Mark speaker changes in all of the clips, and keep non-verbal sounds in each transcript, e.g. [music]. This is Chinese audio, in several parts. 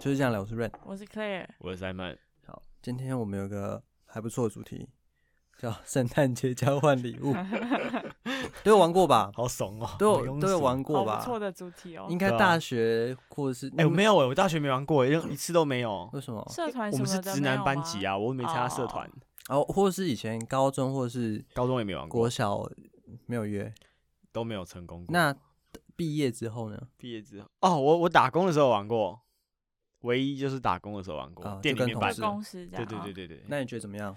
Speaker 1: 这样聊，我是 Rain。
Speaker 2: 我是 Claire，
Speaker 3: 我是 Simon，
Speaker 1: 好，今天我们有个还不错的主题，叫圣诞节交换礼物，
Speaker 3: [laughs]
Speaker 1: 都有玩过吧？
Speaker 3: 好怂哦，
Speaker 1: 都
Speaker 3: 好
Speaker 1: 有
Speaker 3: 庸
Speaker 1: 都有
Speaker 3: 俗
Speaker 1: 玩过
Speaker 2: 好
Speaker 1: 吧？
Speaker 2: 不错的主题哦。
Speaker 1: 应该
Speaker 3: 对啊
Speaker 1: 大学或者是
Speaker 3: 哎、我没
Speaker 1: 有
Speaker 3: 有哎、我大学没玩过、欸，一次都没有。
Speaker 1: 呃哦为什么？
Speaker 2: 社团
Speaker 3: 我
Speaker 2: 什
Speaker 3: 们
Speaker 2: 么
Speaker 3: 是
Speaker 2: 的
Speaker 3: 直
Speaker 2: 没
Speaker 3: 男
Speaker 2: 有
Speaker 3: 班
Speaker 2: 吗
Speaker 3: 级啊，我又没参加社团，
Speaker 1: 哦，或者是以前高中或者是
Speaker 3: 高中也没玩过，
Speaker 1: 国小没有约，
Speaker 3: 都没有成功过。
Speaker 1: 那毕业之后呢？
Speaker 3: 毕业之后，哦，我我打工的时候玩过，唯一就是打工的时候玩过，
Speaker 1: 啊
Speaker 3: 店
Speaker 1: 就跟
Speaker 3: 里面
Speaker 1: 同
Speaker 3: 办
Speaker 1: 事哦
Speaker 2: 就。公司这
Speaker 3: 对
Speaker 2: 样。哦
Speaker 3: 对对。对对。
Speaker 1: 那你觉得怎么样？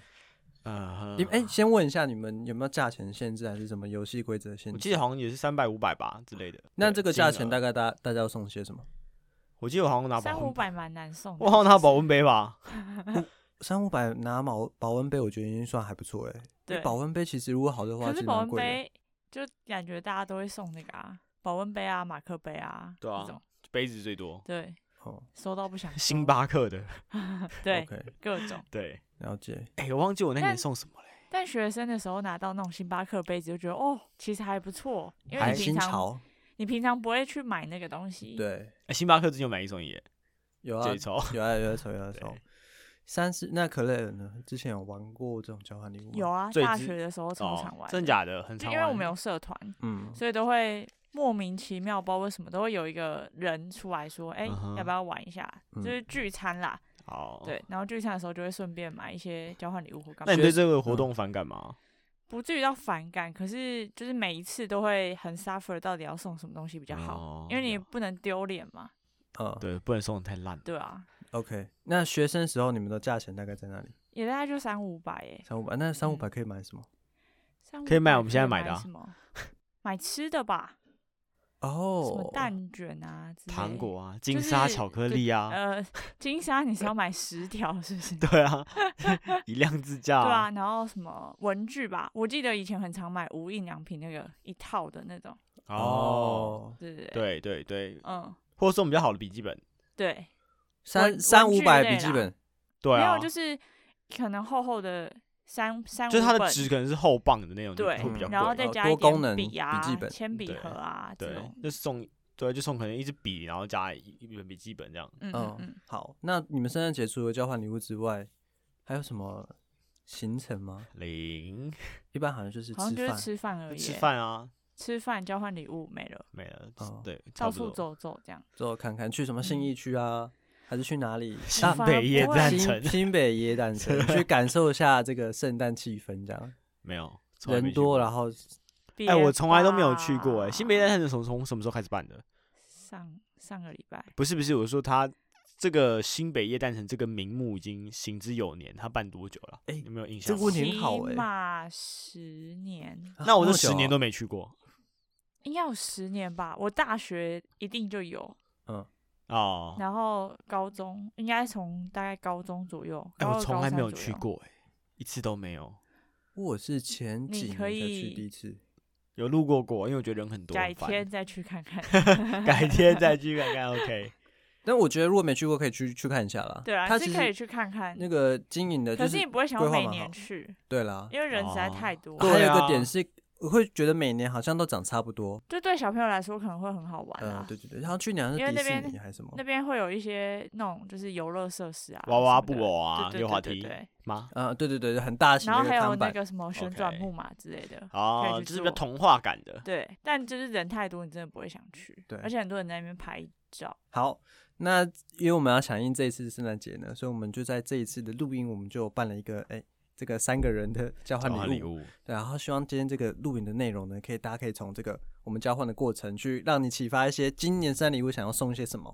Speaker 3: 呃
Speaker 1: 你们哎、先问一下，你们有没有价钱限制，还是什么游戏规则限
Speaker 3: 我
Speaker 1: 制？
Speaker 3: 记得好像也是三百五百吧之类的。
Speaker 1: 那
Speaker 3: 对
Speaker 1: 这个价钱，大
Speaker 3: 金
Speaker 1: 概
Speaker 3: 额
Speaker 1: 大大家要送些什么？
Speaker 3: 我记得我好像拿
Speaker 2: 三
Speaker 3: 保
Speaker 2: 五
Speaker 3: 温，
Speaker 2: 百蛮难送的。
Speaker 3: 我好像拿
Speaker 2: 其实
Speaker 3: 保温杯吧。
Speaker 1: 哦三五百拿保保温杯，我觉得已经算还不错哎、欸。因为
Speaker 2: 对，
Speaker 1: 保温杯其实如果好的话，
Speaker 2: 可
Speaker 1: 其
Speaker 2: 是
Speaker 1: 实
Speaker 2: 保
Speaker 1: 蛮
Speaker 2: 温
Speaker 1: 贵的。
Speaker 2: 杯就感觉大家都会送那个啊，保温杯啊、马克杯啊，
Speaker 3: 对啊
Speaker 2: 这种
Speaker 3: 杯子最多，
Speaker 2: 对，
Speaker 1: 哦
Speaker 2: 收到不想收
Speaker 3: 星，巴克的。
Speaker 2: 对
Speaker 1: OK，
Speaker 2: 各种。
Speaker 3: 对，
Speaker 1: 了解。
Speaker 3: 哎、我忘记我那年
Speaker 2: 但
Speaker 3: 送什么了。
Speaker 2: 但学生的时候拿到那种星巴克杯子，就觉得哦，其实还不错，因为
Speaker 1: 还
Speaker 2: 你平
Speaker 1: 新
Speaker 2: 常
Speaker 1: 潮，
Speaker 2: 你平常不会去买那个东西。，
Speaker 1: 对，
Speaker 3: 哎星巴克之前有买一送一耶，
Speaker 1: 有啊
Speaker 3: 这，一抽。
Speaker 1: 有啊，有啊，有啊，有啊
Speaker 3: [laughs] 对。
Speaker 1: 三十那可乐呢？之前有玩过这种交换礼物？
Speaker 2: 有，啊，
Speaker 3: 最
Speaker 2: 大
Speaker 3: 知
Speaker 2: 学的时
Speaker 1: 哦
Speaker 2: 候超常玩，
Speaker 3: 哦真的假的？很
Speaker 2: 就
Speaker 3: 常
Speaker 2: 因
Speaker 3: 玩。
Speaker 2: 为我们有社团，
Speaker 1: 嗯，
Speaker 2: 所以都会莫名其妙，不知道为什么都会有一个人出来说，哎、
Speaker 3: 嗯哼
Speaker 2: 要不要玩一下？
Speaker 1: 嗯
Speaker 2: 就是聚餐啦，
Speaker 3: 哦，
Speaker 2: 对。然后聚餐的时候就会顺便买一些交换礼物或干
Speaker 3: 那
Speaker 2: 嘛
Speaker 3: 你，对这个活动反感吗？
Speaker 2: 不至于到反感，可是就是每一次都会很 suffer，到底要送什么东西比较好？
Speaker 3: 哦
Speaker 2: 因为你不能丢脸嘛，
Speaker 1: 嗯，
Speaker 3: 对不能送的太烂。
Speaker 2: 对啊，
Speaker 1: OK，那学生时候你们的价钱大概在哪里？
Speaker 2: 也大概就三五百耶，
Speaker 1: 三五百，那三五
Speaker 2: 嗯
Speaker 1: 百可以买什么？
Speaker 2: 300
Speaker 3: 可以买我们现在
Speaker 2: 买
Speaker 3: 买的啊
Speaker 2: 什么？买吃的吧，什
Speaker 1: 哦
Speaker 2: 么，蛋卷啊之类
Speaker 3: 糖。果啊，金沙
Speaker 2: 就是
Speaker 3: 巧克力啊，
Speaker 2: 呃，金沙你是要买十条是不
Speaker 3: [laughs]
Speaker 2: 是？
Speaker 3: 对啊，以量制价。
Speaker 2: 对啊，，然后什么文具吧，我记得以前很常买无印良品那个一套的那种，
Speaker 3: 哦，，
Speaker 2: 对对对，
Speaker 3: 对对对，
Speaker 2: 嗯，
Speaker 3: 或者送比较好的笔记本。啊
Speaker 2: 对，
Speaker 1: 三
Speaker 2: 文
Speaker 1: 三
Speaker 2: 文
Speaker 1: 五
Speaker 2: 具
Speaker 1: 百
Speaker 2: 类
Speaker 1: 笔记
Speaker 2: 啦
Speaker 1: 本，
Speaker 3: 对
Speaker 2: 没
Speaker 3: 啊，
Speaker 2: 有就是可能厚厚的三三
Speaker 3: 就是
Speaker 2: 五
Speaker 3: 它的
Speaker 2: 本
Speaker 3: 纸可能是厚棒的那种，就
Speaker 2: 对
Speaker 3: 会比较
Speaker 2: 然后
Speaker 3: 贵。
Speaker 2: 再
Speaker 1: 哦
Speaker 2: 加
Speaker 1: 多
Speaker 2: 一
Speaker 1: 功
Speaker 2: 点
Speaker 1: 能
Speaker 2: 笔啊、
Speaker 1: 笔记本
Speaker 2: 铅笔
Speaker 3: 对
Speaker 2: 盒啊这
Speaker 3: 对
Speaker 2: 种，，
Speaker 3: 就送对，就送可能一支笔，然后加一一本笔记本这样。
Speaker 2: 嗯嗯
Speaker 1: 嗯
Speaker 2: 嗯，，
Speaker 1: 好，那你们圣诞节除了交换礼物之外，还有什么行程吗？
Speaker 3: 零
Speaker 1: 一般好像就是吃
Speaker 2: 好像就是
Speaker 1: 饭，
Speaker 2: 吃饭而已，
Speaker 3: 吃饭啊，
Speaker 2: 吃饭交换礼物没了，
Speaker 3: 没了
Speaker 1: 哦。
Speaker 3: 对，差
Speaker 2: 到
Speaker 3: 不
Speaker 2: 处
Speaker 3: 多。
Speaker 2: 走走这样，
Speaker 1: 之后看看去什么
Speaker 3: 嗯
Speaker 1: 信义区啊，还是去哪里？
Speaker 3: 新
Speaker 1: 啊
Speaker 2: 反而
Speaker 3: 北夜
Speaker 2: 不会
Speaker 3: 诞城
Speaker 1: 新新北耶诞
Speaker 2: [laughs]
Speaker 1: 城，去感受一下这个圣诞气氛，这样
Speaker 3: 没有，从来没
Speaker 1: 人
Speaker 3: 去
Speaker 1: 多，
Speaker 3: 过
Speaker 1: 然后
Speaker 3: 哎、我从来都没有去过哎、
Speaker 2: 别
Speaker 3: 新北
Speaker 2: 吧
Speaker 3: 夜诞城从从什么时候开始办的？
Speaker 2: 上上个礼拜，
Speaker 3: 不是不是，我说他这个新北夜诞城这个名目已经行之有年，他办多久了？
Speaker 1: 哎
Speaker 3: 有没有印
Speaker 1: 这
Speaker 3: 象
Speaker 1: 个
Speaker 3: 吗？
Speaker 1: 问题很好
Speaker 2: 起
Speaker 1: 哎、
Speaker 2: 码十年。
Speaker 1: 啊
Speaker 3: 那我
Speaker 1: 这
Speaker 3: 这
Speaker 1: 么久
Speaker 3: 十年
Speaker 1: 哦
Speaker 3: 都没去过
Speaker 2: 应该有十年吧，我大学一定就有，
Speaker 3: 哦。
Speaker 2: 然后高中应该从大概高中左右，
Speaker 3: 哎、
Speaker 2: 高二
Speaker 3: 我从来没有
Speaker 2: 高三左
Speaker 3: 去
Speaker 2: 右。
Speaker 3: 过哎、一次都没有。
Speaker 1: 我是前
Speaker 2: 你
Speaker 1: 几年
Speaker 2: 可
Speaker 1: 才
Speaker 2: 以
Speaker 1: 去第一次，
Speaker 3: 有路过过，因为我觉得人很多。
Speaker 2: 改
Speaker 3: 很烦
Speaker 2: 天，再去看
Speaker 3: [laughs]
Speaker 2: 看。
Speaker 3: 改天再去看看。OK，
Speaker 1: [laughs] 但我觉得如果没去过，可以去去看一下啦。
Speaker 2: 对啊，
Speaker 1: 它其
Speaker 2: 是可以
Speaker 1: 实
Speaker 2: 去看看，
Speaker 1: 那个经营的，就
Speaker 2: 可是你不会想
Speaker 1: 规
Speaker 2: 要
Speaker 1: 划
Speaker 2: 每
Speaker 1: 蛮好
Speaker 2: 年去，
Speaker 1: 对啦，
Speaker 2: 因为人实在
Speaker 3: 哦
Speaker 2: 太多。
Speaker 3: 对
Speaker 1: 还有一个
Speaker 3: 啊
Speaker 1: 点是，我会觉得每年好像都长差不多。
Speaker 2: 就对小朋友来说可能会很好玩
Speaker 1: 嗯，
Speaker 2: 啊。
Speaker 1: 对对对，然后去年好
Speaker 2: 因为
Speaker 1: 像是
Speaker 2: 那
Speaker 1: 迪士
Speaker 2: 边
Speaker 1: 尼还是什么
Speaker 2: 那，边会有一些那种就是游乐设施啊，
Speaker 3: 娃娃
Speaker 2: 什么
Speaker 3: 布
Speaker 2: 的
Speaker 3: 偶啊，
Speaker 2: 对对
Speaker 3: 溜滑
Speaker 2: 对对
Speaker 3: 梯
Speaker 2: 对
Speaker 3: 吗？
Speaker 1: 嗯，对对对，很大型
Speaker 2: 然后
Speaker 1: 的一
Speaker 2: 还有
Speaker 1: 看
Speaker 2: 那
Speaker 1: 板，
Speaker 2: 个什么旋转
Speaker 3: OK
Speaker 2: 木马之类的。
Speaker 3: 哦，
Speaker 2: 去
Speaker 3: 就是比
Speaker 2: 做
Speaker 3: 较童话感的。
Speaker 2: 对，但就是人太多，你真的不会想去。
Speaker 1: 嗯对
Speaker 2: 而且很多人在那边拍照。
Speaker 1: 好，那因为我们要响应这一次圣诞节呢，所以我们就在这一次的录音，我们就办了一个哎、这个三个人的交换
Speaker 3: 交换
Speaker 1: 礼
Speaker 3: 哦礼
Speaker 1: 物。
Speaker 3: 物，
Speaker 1: 对，然后希望今天这个录影的内容呢，可以大家可以从这个我们交换的过程去让你启发一些今年圣诞礼物想要送一些什
Speaker 2: [laughs]
Speaker 1: 么。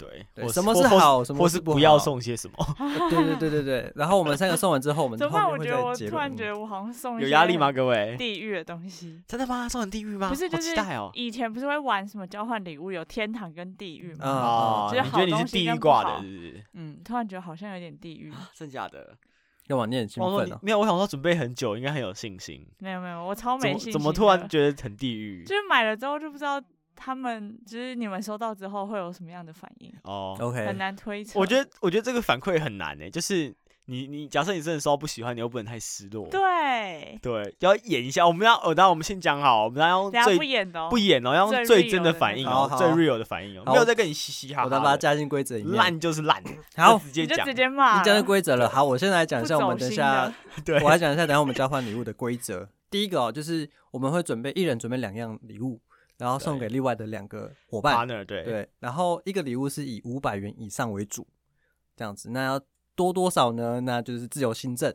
Speaker 3: 对，
Speaker 1: 对
Speaker 3: 或
Speaker 1: 什么
Speaker 3: 或
Speaker 1: 是
Speaker 3: 或
Speaker 1: 好什么
Speaker 3: 或
Speaker 1: 是
Speaker 3: 是
Speaker 1: 不
Speaker 3: 不要
Speaker 1: 好
Speaker 3: 送些什么？
Speaker 1: 呃对对对对对。然后我们三个送完之后，我们
Speaker 2: [laughs] 怎么办？
Speaker 1: 嗯后
Speaker 2: 我
Speaker 1: 面会
Speaker 2: 觉得
Speaker 1: 再
Speaker 2: 我
Speaker 1: 结
Speaker 2: 突然
Speaker 1: 论。嗯
Speaker 2: 觉得我好像送一
Speaker 3: 有
Speaker 2: 些
Speaker 3: 压力吗？各位？
Speaker 2: 地狱的东西，
Speaker 3: 真的吗？送很地狱吗？
Speaker 2: 不是，就
Speaker 3: 好
Speaker 2: 是
Speaker 3: 期待哦。
Speaker 2: 以前不是会玩什么交换礼物，有天堂跟地狱吗？
Speaker 1: 啊
Speaker 3: 哦，
Speaker 2: 就
Speaker 3: 你
Speaker 2: 是嗯
Speaker 3: 觉
Speaker 2: 好
Speaker 3: 得你
Speaker 2: 东
Speaker 3: 是
Speaker 2: 西
Speaker 3: 地狱
Speaker 2: 跟不
Speaker 3: 挂
Speaker 2: 好
Speaker 3: 的，是不是？
Speaker 2: 嗯，突然觉得好像有点地狱。
Speaker 3: 真假的？
Speaker 1: 要往你很兴
Speaker 3: 我说
Speaker 1: 奋
Speaker 3: 你
Speaker 1: 哦。
Speaker 3: 没有，我想说准备很久，应该很有信心。
Speaker 2: 没有没有，我超
Speaker 3: 怎
Speaker 2: 没
Speaker 3: 么
Speaker 2: 信心
Speaker 3: 怎么突
Speaker 2: 的
Speaker 3: 然觉得很地狱？
Speaker 2: 就是买了之后就不知道他们，就是你们收到之后会有什么样的反应，
Speaker 3: 哦，
Speaker 1: OK，
Speaker 2: 很难推测。
Speaker 3: 我觉得我觉得这个反馈很难诶，就是你你假设你真的烧不喜欢，你又不能太失落。
Speaker 2: 对，
Speaker 3: 对，要演一下。我们要，呃，当然我们先讲好，我们要
Speaker 2: 等
Speaker 3: 用
Speaker 2: 下
Speaker 3: 最
Speaker 2: 不演的哦，
Speaker 3: 不演哦，要用
Speaker 2: 最
Speaker 3: 最真的
Speaker 2: real 的
Speaker 3: 反应
Speaker 1: 那
Speaker 3: 哦，
Speaker 1: 种
Speaker 3: 最
Speaker 1: 好
Speaker 3: real 的反应哦，
Speaker 1: 好
Speaker 3: 没有在跟你嘻嘻哈
Speaker 1: 我
Speaker 3: 哈
Speaker 1: 再把它
Speaker 3: 的。
Speaker 1: 加进规则里面。
Speaker 3: 烂就
Speaker 1: [laughs]
Speaker 3: 是烂，
Speaker 1: 好
Speaker 3: 就直接
Speaker 2: 你就
Speaker 3: 讲
Speaker 2: 直。接骂
Speaker 1: 你加入
Speaker 2: 了，
Speaker 1: 规则了。
Speaker 2: [laughs]
Speaker 1: 好，我先来讲一下，
Speaker 2: 不
Speaker 1: 我们
Speaker 2: 走
Speaker 1: 等一
Speaker 2: 心
Speaker 1: 下
Speaker 2: 的，
Speaker 3: 对
Speaker 1: 我来讲一下，等一下我们交换礼物的规则。 [laughs] 第一个哦，就是我们会准备一人准备两样礼物，然后送
Speaker 3: 对
Speaker 1: 给另外的两个伙伴。
Speaker 3: partner 对
Speaker 1: 对，然后一个礼物是以五百元以上为主，这样子。那要多多少呢？那就是自由新政。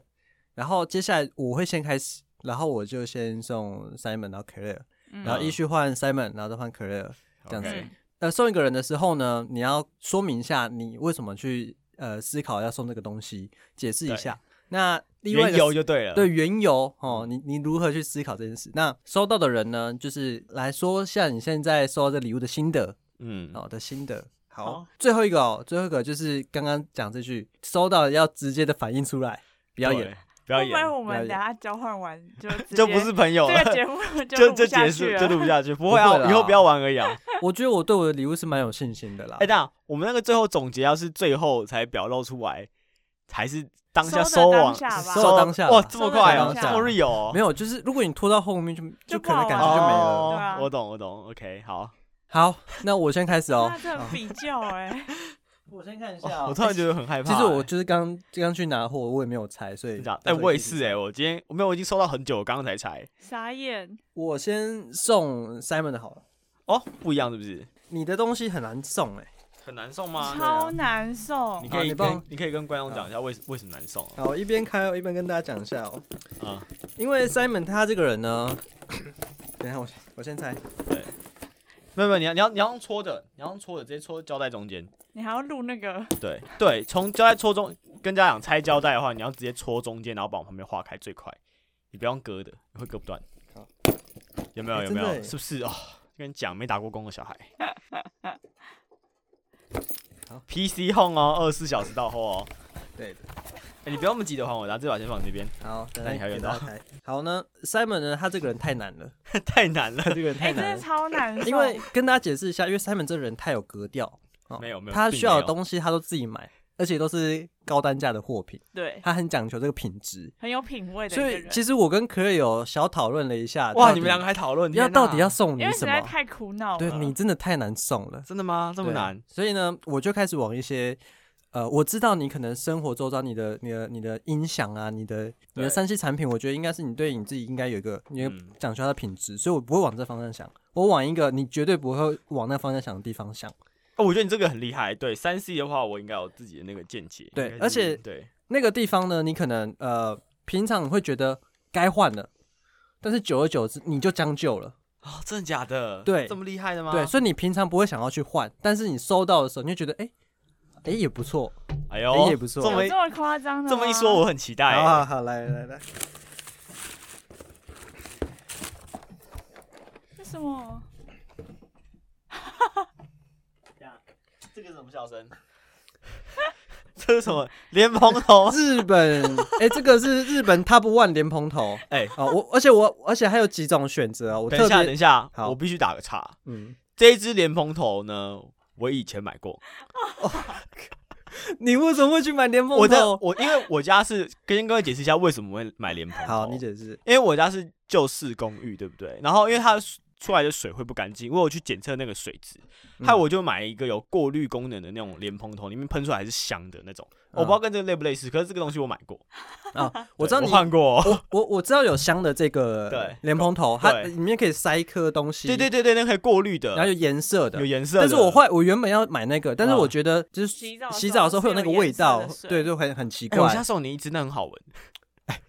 Speaker 1: 然后接下来我会先开始，然后我就先送 Simon，然后 Clare，
Speaker 2: 嗯
Speaker 1: 然后依序换 Simon，然后再换 Clare。这样子
Speaker 3: OK
Speaker 2: 嗯
Speaker 1: 呃，送一个人的时候呢，你要说明一下你为什么去呃思考要送这个东西，解释一下。那另外一
Speaker 3: 缘
Speaker 1: 个
Speaker 3: 由
Speaker 1: 是
Speaker 3: 就对了。
Speaker 1: 对缘由
Speaker 3: 嗯
Speaker 1: 哦，你你如何去思考这件事？那收到的人呢，就是来说一下你现在收到这礼物的心得
Speaker 3: 嗯，
Speaker 1: 哦的心得。好
Speaker 2: 好，
Speaker 1: 最后一个哦，最后一个就是刚刚讲这句，收到要直接的反应出来，不
Speaker 3: 不
Speaker 1: 要演。，
Speaker 3: 不要
Speaker 2: 会不会
Speaker 3: 演，
Speaker 2: 我
Speaker 1: 不要
Speaker 2: 们
Speaker 1: 演
Speaker 2: 等下交换完
Speaker 3: [laughs]
Speaker 2: 就直
Speaker 3: 就不
Speaker 2: 接
Speaker 3: 是朋友
Speaker 2: 这个
Speaker 3: 了，
Speaker 2: 节目
Speaker 3: [laughs] 就
Speaker 2: 录不
Speaker 3: 就
Speaker 2: 下
Speaker 3: 结
Speaker 2: 去
Speaker 3: 束，
Speaker 2: 了
Speaker 3: 就录不下去。
Speaker 2: [laughs]
Speaker 3: 不会
Speaker 1: 不会
Speaker 3: 啊，
Speaker 1: 啦
Speaker 3: 以后不要玩而已啊。
Speaker 1: 我觉得我对我的礼物是蛮有信心的啦。
Speaker 3: 哎，但我们那个最后总结要是最后才表露出来，还是当下
Speaker 2: 收的
Speaker 3: 完
Speaker 2: 当下吧
Speaker 1: 收的当下
Speaker 3: 哇，
Speaker 1: 吧
Speaker 3: 这么快
Speaker 1: 收的
Speaker 3: 哦，
Speaker 1: 当
Speaker 3: 这
Speaker 1: 下
Speaker 3: 么 real 哦
Speaker 1: 没有，就是如果你拖到后面就就
Speaker 2: 就
Speaker 1: 可能
Speaker 2: 不好
Speaker 1: 感觉
Speaker 2: 玩
Speaker 1: 就没了。
Speaker 3: 哦
Speaker 2: 对啊
Speaker 3: 我懂，我懂。OK，好，
Speaker 1: 好，那我先开始哦
Speaker 2: 那。这
Speaker 3: [laughs]
Speaker 2: 很比较哎、
Speaker 1: 我先看一下、哦
Speaker 3: 我突然觉得很害怕
Speaker 1: 啊其实
Speaker 3: 欸。
Speaker 1: 我就是刚刚去拿货，我也没有拆，所以
Speaker 3: 真假哎，我也是哎，。我今天我没有，我已经收到很久，我刚刚才拆。
Speaker 2: [laughs] 傻眼，
Speaker 1: 我先送 Simon 的好了，
Speaker 3: 哦，不一样是不是？
Speaker 1: 你的东西很难送哎、
Speaker 3: 很难送
Speaker 2: 超难送
Speaker 3: 啊 [laughs] 你。
Speaker 1: 好
Speaker 3: 可以
Speaker 1: 你帮
Speaker 3: 跟
Speaker 1: 我
Speaker 3: 你可以跟观众讲一下为什为什么难送啊
Speaker 1: 好，我一边开哦一边跟大家讲一下哦，
Speaker 3: 啊？
Speaker 1: 因为 Simon 他这个人呢， [coughs] 等一下我先我先拆，
Speaker 3: 没有没有，你要你要你要用搓的，你要用搓的，直接搓胶带中间。
Speaker 2: 你还要录那个，
Speaker 3: 对对，从胶带戳中，跟家长拆胶带的话，你要直接戳中间，然后把我旁边划开最快，你不用割的，你会割不断
Speaker 1: 好。
Speaker 3: 有没有？
Speaker 1: 哎
Speaker 3: 有
Speaker 1: 真
Speaker 3: 没
Speaker 1: 的
Speaker 3: 有？
Speaker 1: 耶
Speaker 3: 是不是哦？跟你讲，没打过工的小孩
Speaker 1: [laughs] 好。
Speaker 3: PC Home 哦，二十四小时到货哦。
Speaker 1: 对的，
Speaker 3: 哎，你不要那么急的还我，然后这把先放这边，
Speaker 1: 好，等
Speaker 3: 那你还
Speaker 1: 下
Speaker 3: 有
Speaker 1: 给大家开。好呢，Simon 呢，他这个人太难
Speaker 3: [laughs]
Speaker 1: 了，
Speaker 3: 太难了
Speaker 1: 他。这个人
Speaker 2: 哎、
Speaker 1: 太
Speaker 2: 真
Speaker 1: 难了，
Speaker 2: 的超难
Speaker 1: [laughs]
Speaker 2: 送。
Speaker 1: 因为跟大家解释一下，因为 Simon 这个人太有格调，哦
Speaker 3: 没有没有，
Speaker 1: 他
Speaker 3: 并
Speaker 1: 需要
Speaker 3: 没
Speaker 1: 的
Speaker 3: 有
Speaker 1: 东西他都自己买，而且都是高单价的货品，
Speaker 2: 对
Speaker 1: 他很讲求这个品质。
Speaker 2: 很有品味哎的一
Speaker 1: 所
Speaker 2: 个
Speaker 1: 以
Speaker 2: 人，
Speaker 1: 其实我跟可瑞有小讨论了一下，
Speaker 3: 哇！
Speaker 1: 到
Speaker 3: 你们
Speaker 1: 底
Speaker 3: 两个还讨论，
Speaker 1: 要
Speaker 3: 天哪
Speaker 1: 到底要送你
Speaker 2: 因为实
Speaker 1: 什
Speaker 2: 在
Speaker 1: 么？
Speaker 2: 太苦恼
Speaker 1: 对
Speaker 2: 了。
Speaker 1: 你真的太难送了，
Speaker 3: 真的吗？这么
Speaker 1: 对啊
Speaker 3: 难？。
Speaker 1: 所以呢，我就开始往一些呃，我知道你可能生活周遭你的、你的、你的音响啊，你的、你
Speaker 3: 对
Speaker 1: 的三 C 产品，我觉得应该是你对你自己应该有一个你有
Speaker 3: 嗯
Speaker 1: 讲究它的品质，所以我不会往这方向想，我往一个你绝对不会往那方向想的地方想。
Speaker 3: 哦，我觉得你这个很厉害。对三 C 的话，我应该有自己的那个见解。
Speaker 1: 对
Speaker 3: 应该是
Speaker 1: 而且
Speaker 3: 对
Speaker 1: 那个地方呢，你可能呃平常你会觉得该换了，但是久而久之你就将就了，
Speaker 3: 哦，真的假的？
Speaker 1: 对
Speaker 3: 这么厉害的吗？
Speaker 1: 对，所以你平常不会想要去换，但是你收到的时候你就觉得哎哎、诶也不错，
Speaker 3: 哎呦，
Speaker 1: 哎也不错
Speaker 3: 这么
Speaker 2: 有
Speaker 3: 一
Speaker 2: 这么啊夸张的
Speaker 3: 这么一说，
Speaker 2: 我
Speaker 3: 我很期待
Speaker 1: 好啊好
Speaker 3: 欸。
Speaker 1: 好，来来来，
Speaker 2: 为什么？
Speaker 3: 这个是什么笑声？ [laughs] 这是什么莲蓬头？
Speaker 1: [laughs] 日本
Speaker 3: [laughs]
Speaker 1: 哎、这个是日本 Top One 莲蓬头
Speaker 3: 哎，
Speaker 1: 啊、我而且我而且还有几种选择啊，我
Speaker 3: 等一
Speaker 1: 特
Speaker 3: 下，等
Speaker 1: 别
Speaker 3: 一下，
Speaker 1: 好
Speaker 3: 我必须打个岔。
Speaker 1: 嗯，
Speaker 3: 这一只莲蓬头呢，我以前买过。
Speaker 1: 你为什么会去买莲蓬
Speaker 3: 我在
Speaker 1: 头？
Speaker 3: 我因为我家是跟各位解释一下为什么会买莲蓬头。
Speaker 1: 好，你解释。
Speaker 3: 因为我家是旧式公寓，对不对？然后因为它出来的水会不干净，我有去检测那个水质，
Speaker 1: 嗯
Speaker 3: 害我就买一个有过滤功能的那种莲蓬头，里面喷出来还是香的那种。我不知道跟这个类不类似，可是这个东西我买过，
Speaker 1: 啊，嗯我知道
Speaker 3: 对
Speaker 1: 你
Speaker 3: 换过哦。
Speaker 1: 我我知道有香的这个
Speaker 3: 对
Speaker 1: 莲蓬头，它
Speaker 3: 对
Speaker 1: 里面可以塞一颗东西，
Speaker 3: 对对对对，那个可以过滤的，
Speaker 1: 然后有颜色的
Speaker 3: 有。颜色的。
Speaker 1: 但是我后来我原本要买那个，但是
Speaker 3: 嗯
Speaker 1: 我觉得就是
Speaker 2: 洗澡的时候
Speaker 1: 洗澡的时候会有那个味
Speaker 2: 是
Speaker 1: 道
Speaker 2: 有颜色的，水
Speaker 1: 对，就很很奇
Speaker 3: 哎，我
Speaker 1: 怪。
Speaker 3: 下送你一只，那很好闻。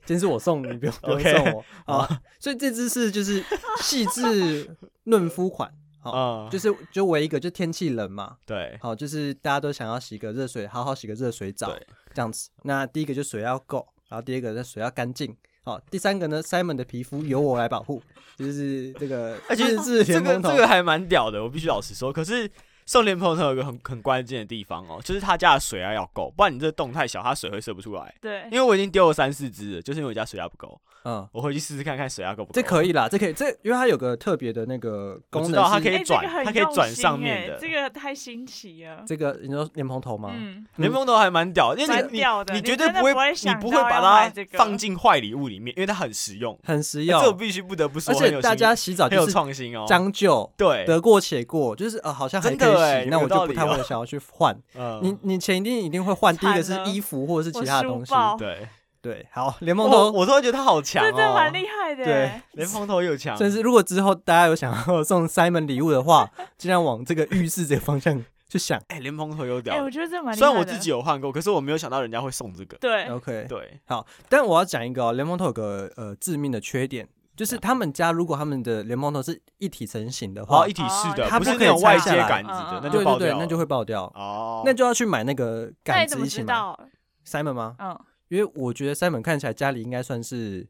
Speaker 1: 今天是我送你，不用不用
Speaker 3: OK
Speaker 1: 送我啊。所以这支是就是细致润肤款，好，
Speaker 3: 嗯，
Speaker 1: 哦就是就唯一个，就天气冷嘛，
Speaker 3: 对
Speaker 1: 好，就是大家都想要洗个热水，好好洗个热水澡
Speaker 3: 对
Speaker 1: 这样子。那第一个就水要够，然后第二个呢水要干净。好，第三个呢，Simon 的皮肤由我来保护，就是这个
Speaker 3: 而且 [laughs]
Speaker 1: 日式
Speaker 3: 哎这
Speaker 1: 莲
Speaker 3: 个
Speaker 1: 蓬头
Speaker 3: 这个还蛮屌的，我必须老实说。可是送莲蓬头有一个很很关键的地方哦，就是他家的水压要够，不然你这洞太小，它水会射不出来。
Speaker 2: 对
Speaker 3: 因，为我已经丢了三四只了，就是因为我家水压不够，
Speaker 1: 嗯，
Speaker 3: 我回去试试看看水压够不够。
Speaker 1: 这可以啦，这可以，这因为它有个特别的那个功能
Speaker 3: 我
Speaker 1: 是，
Speaker 3: 知道它可以
Speaker 2: 哎这
Speaker 3: 转
Speaker 2: 个很
Speaker 3: 它可以
Speaker 2: 用
Speaker 3: 转
Speaker 2: 心
Speaker 3: 上面
Speaker 2: 哎
Speaker 3: 的
Speaker 2: 这个太新奇了。
Speaker 1: 这个你说莲蓬头吗？
Speaker 2: 嗯，
Speaker 3: 莲蓬头还蛮屌，因为
Speaker 2: 蛮
Speaker 3: 你
Speaker 2: 屌的，
Speaker 3: 你
Speaker 2: 你
Speaker 3: 绝对
Speaker 2: 真的
Speaker 3: 会，
Speaker 2: 不会
Speaker 3: 你
Speaker 2: 想
Speaker 3: 不会
Speaker 2: 到
Speaker 3: 把
Speaker 2: 要
Speaker 3: 它
Speaker 2: 买这个
Speaker 3: 放进坏礼物里面，因为它很实用。
Speaker 1: 很实
Speaker 3: 哎这我
Speaker 1: 用，
Speaker 3: 必须不得不
Speaker 1: 而
Speaker 3: 说，很
Speaker 1: 且
Speaker 3: 有
Speaker 1: 大
Speaker 3: 新
Speaker 1: 家洗澡
Speaker 3: 很有
Speaker 1: 就是
Speaker 3: 创新哦。
Speaker 1: 将就，
Speaker 3: 对，
Speaker 1: 得过且过，就是呃，好像还
Speaker 3: 真
Speaker 1: 可
Speaker 3: 的
Speaker 1: 以
Speaker 3: 欸
Speaker 1: 洗，那
Speaker 3: 有
Speaker 1: 我就不
Speaker 3: 道理
Speaker 1: 太会
Speaker 3: 哦
Speaker 1: 想要去换。
Speaker 3: 嗯，
Speaker 1: 你你钱一定一定会换，第一个是
Speaker 2: 惨了
Speaker 1: 衣服或者是
Speaker 2: 我
Speaker 1: 其他的
Speaker 2: 书
Speaker 1: 东西。
Speaker 2: 包
Speaker 3: 对，
Speaker 1: 对，好，联盟
Speaker 3: 我
Speaker 1: 头，
Speaker 3: 我突然觉得他好强
Speaker 2: 这
Speaker 3: 哦，
Speaker 2: 真的蛮厉害的。哎
Speaker 1: 对，
Speaker 3: 连风头有强，
Speaker 1: 甚至如果之后大家有想要送 Simon 礼物的
Speaker 3: [laughs]
Speaker 1: 话，尽量往这个浴室这个方向去想。
Speaker 3: 哎，连风头有
Speaker 2: 哎，
Speaker 3: 屌
Speaker 2: 我。觉得这蛮厉害的。
Speaker 3: 虽然我自己有换过，可是我没有想到人家会送这个。
Speaker 2: 对，
Speaker 1: OK，
Speaker 3: 哎对，
Speaker 1: 但我要讲一个哦，联盟头有个呃致命的缺点，就是他们家如果他们的联盟头是一体成型的
Speaker 3: 然
Speaker 1: 话
Speaker 3: 后一，体式
Speaker 2: 哦
Speaker 3: 的，
Speaker 1: 它
Speaker 3: 不
Speaker 1: 不
Speaker 3: 是
Speaker 1: 可
Speaker 3: 那
Speaker 1: 以
Speaker 3: 种外
Speaker 1: 拆下
Speaker 3: 接
Speaker 1: 来
Speaker 3: 杆
Speaker 2: 嗯
Speaker 3: 子的
Speaker 2: 嗯，
Speaker 3: 那
Speaker 1: 对
Speaker 2: 嗯
Speaker 3: 就爆
Speaker 1: 对
Speaker 3: 掉
Speaker 1: 对，
Speaker 3: 了。
Speaker 1: 那就会爆掉，
Speaker 3: 哦，
Speaker 1: 那就要去买那个
Speaker 2: 那
Speaker 1: 杆
Speaker 3: 啊
Speaker 2: 你怎
Speaker 1: 子
Speaker 2: 么
Speaker 1: 一起
Speaker 2: 知
Speaker 1: 买。
Speaker 2: 道？
Speaker 1: Simon 吗？
Speaker 2: 嗯，
Speaker 1: 因为我觉得 Simon 看起来家里应该算是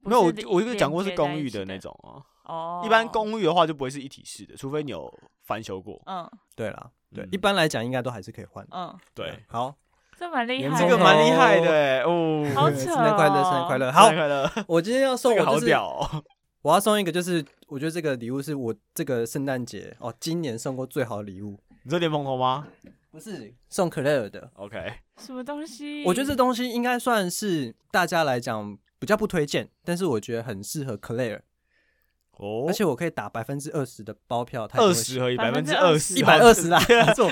Speaker 3: 没有我
Speaker 2: 不是
Speaker 3: 我就讲过是
Speaker 2: 连接在
Speaker 3: 公寓
Speaker 2: 一起
Speaker 3: 的
Speaker 2: 的
Speaker 3: 那。种啊。
Speaker 2: 哦，
Speaker 3: 一般，公寓的话就不会是一体式的，除非你有翻修过。
Speaker 2: 嗯
Speaker 1: 对啦，对
Speaker 3: 嗯，哦
Speaker 1: 一般来讲应该都还是可以换。
Speaker 2: 嗯，
Speaker 3: 对，，
Speaker 1: 好，
Speaker 2: 这蛮厉
Speaker 1: 连
Speaker 2: 害
Speaker 1: 这
Speaker 2: 的，
Speaker 3: 这个蛮厉害的欸哦。 [laughs]
Speaker 2: 好
Speaker 1: 对
Speaker 2: 扯
Speaker 1: 圣诞快乐，圣诞快乐。
Speaker 3: 生
Speaker 1: 好
Speaker 3: 日，快乐，
Speaker 1: 我今天要送
Speaker 3: 这
Speaker 1: 我
Speaker 3: 个好
Speaker 1: 就是
Speaker 3: 屌哦。
Speaker 1: 我要送一个，就是我觉得这个礼物是我这个圣诞节哦，今年送过最好的礼物，
Speaker 3: 你说莲蓬头吗
Speaker 1: 不是送 Claire 的。
Speaker 3: ？OK，
Speaker 2: 什么东西？
Speaker 1: 我觉得这东西应该算是大家来讲比较不推荐，但是我觉得很适合 Claire，
Speaker 3: 哦
Speaker 1: 而且我可以打百分之二十的包票，他
Speaker 3: 二十和一百分之二十，
Speaker 1: 一百二十
Speaker 3: 120
Speaker 1: 啦，没错，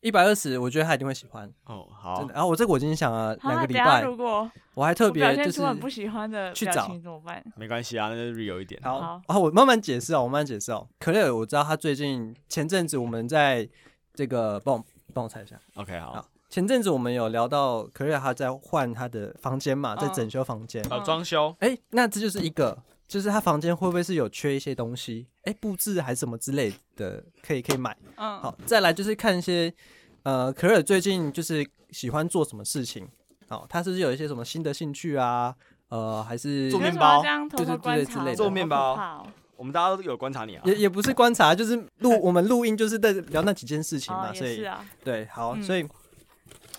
Speaker 1: 一百二十，我觉得他一定会喜欢，
Speaker 3: 哦，
Speaker 1: 真
Speaker 3: 好
Speaker 1: 的。，然后啊我这个我已经想了两
Speaker 2: 啊
Speaker 1: 个礼
Speaker 2: 等下
Speaker 1: 拜，
Speaker 2: 如果
Speaker 1: 我还
Speaker 2: 我
Speaker 1: 特
Speaker 2: 表
Speaker 1: 别
Speaker 2: 现
Speaker 1: 就
Speaker 2: 出
Speaker 1: 是
Speaker 2: 很不喜欢的
Speaker 1: 去
Speaker 2: 表
Speaker 1: 找
Speaker 2: 情怎么办？
Speaker 3: 没关系啊，那就 real 一点。
Speaker 1: 好
Speaker 2: 好
Speaker 1: 啊，我慢慢解释啊，我慢慢解释哦。可乐，我知道他最近前阵子我们在这个帮我帮我猜一下，
Speaker 3: OK，好
Speaker 1: 好，前阵子我们有聊到可乐他在换他的房间嘛，在
Speaker 2: 嗯
Speaker 1: 整修房间。
Speaker 3: 好
Speaker 2: 嗯
Speaker 3: 装修，
Speaker 1: 哎、那这就是一个，就是他房间会不会是有缺一些东西？哎、布置还是什么之类的，可以可以买。
Speaker 2: 嗯，
Speaker 1: 好，再来就是看一些呃，可乐最近就是喜欢做什么事情？好，他是不是有一些什么新的兴趣啊？呃，还是
Speaker 3: 做
Speaker 2: 你为
Speaker 3: 面
Speaker 2: 什
Speaker 3: 包
Speaker 2: 么要这样偷
Speaker 1: 对对
Speaker 2: 偷
Speaker 1: 对
Speaker 2: 观
Speaker 1: 对
Speaker 2: 察
Speaker 1: 之类
Speaker 2: 我，
Speaker 1: 的
Speaker 3: 做面
Speaker 2: 好
Speaker 3: 包
Speaker 2: 可怕哦
Speaker 3: 我们大家都有观察你啊。
Speaker 1: 也也不是观察，就是
Speaker 2: [laughs]
Speaker 1: 录我们录音就是在聊那几件事情嘛，
Speaker 2: 哦，
Speaker 1: 所
Speaker 2: 也是
Speaker 1: 以
Speaker 2: 啊，
Speaker 1: 对，好，
Speaker 2: 嗯
Speaker 1: 所以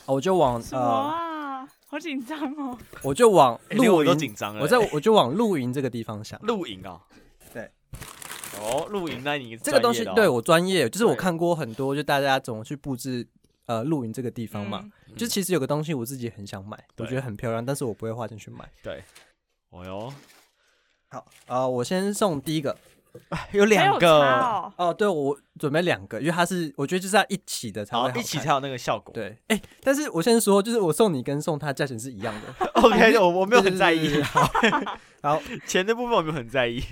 Speaker 1: 哦我就往
Speaker 2: 什么
Speaker 1: 呃，
Speaker 2: 啊？好紧张哦！
Speaker 1: 我就往
Speaker 3: 哎连
Speaker 1: 露
Speaker 3: 我都
Speaker 1: 营，
Speaker 3: 紧张了。哎
Speaker 1: 我在我就往露营这个地方想，
Speaker 3: [laughs] 露营啊。
Speaker 1: 对。
Speaker 3: 哦，露营，那你
Speaker 1: 这个东西对我专业，就是我
Speaker 3: 哦对
Speaker 1: 看过很多，就大家怎么去布置呃露营这个地方嘛，
Speaker 2: 嗯，
Speaker 1: 就其实有个东西我自己很想买，我
Speaker 3: 对
Speaker 1: 觉得很漂亮，但是我不会花钱去买。
Speaker 3: 对。哦
Speaker 1: [laughs]
Speaker 3: 哟，
Speaker 1: 好，呃，我先送第一个
Speaker 3: 有
Speaker 2: 没有
Speaker 3: 两
Speaker 2: 差
Speaker 3: 个，
Speaker 2: 哦
Speaker 1: 哦，对我准备两个，因为它是我觉得就是要一起的才会
Speaker 3: 好
Speaker 1: 好，看
Speaker 3: 哦一起才有那个效果。
Speaker 1: 对，哎、但是我先说，就是我送你跟送他价钱是一样的，[laughs]
Speaker 3: [laughs] OK，我我没有很在
Speaker 1: 对
Speaker 3: 意
Speaker 1: 对对
Speaker 2: [laughs]
Speaker 1: 对对，好好
Speaker 3: 钱的部分我没有很在意。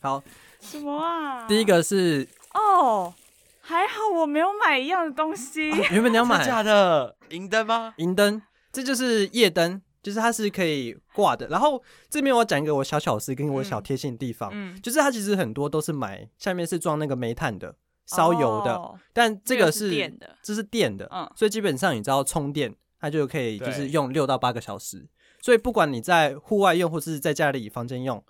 Speaker 1: 好，
Speaker 2: 什么啊？
Speaker 1: 第一个是
Speaker 2: 哦，还好我没有买一样的东西。
Speaker 1: 原本你要
Speaker 3: 真
Speaker 1: 买
Speaker 3: 假的银灯吗？
Speaker 1: 银灯，这就是夜灯，就是它是可以挂的。然后这边我要讲一个我小巧思跟我小贴心的地方，
Speaker 2: 嗯，
Speaker 1: 就是它其实很多都是买下面是装那个煤炭的、烧油的，
Speaker 2: 哦，
Speaker 1: 但这个
Speaker 2: 是电的，
Speaker 1: 这是电的，
Speaker 2: 嗯
Speaker 1: 所以基本上你只要充电，它就可以
Speaker 3: 对
Speaker 1: 就是用六到八个小时。所以不管你在户外用或是在家里房间用，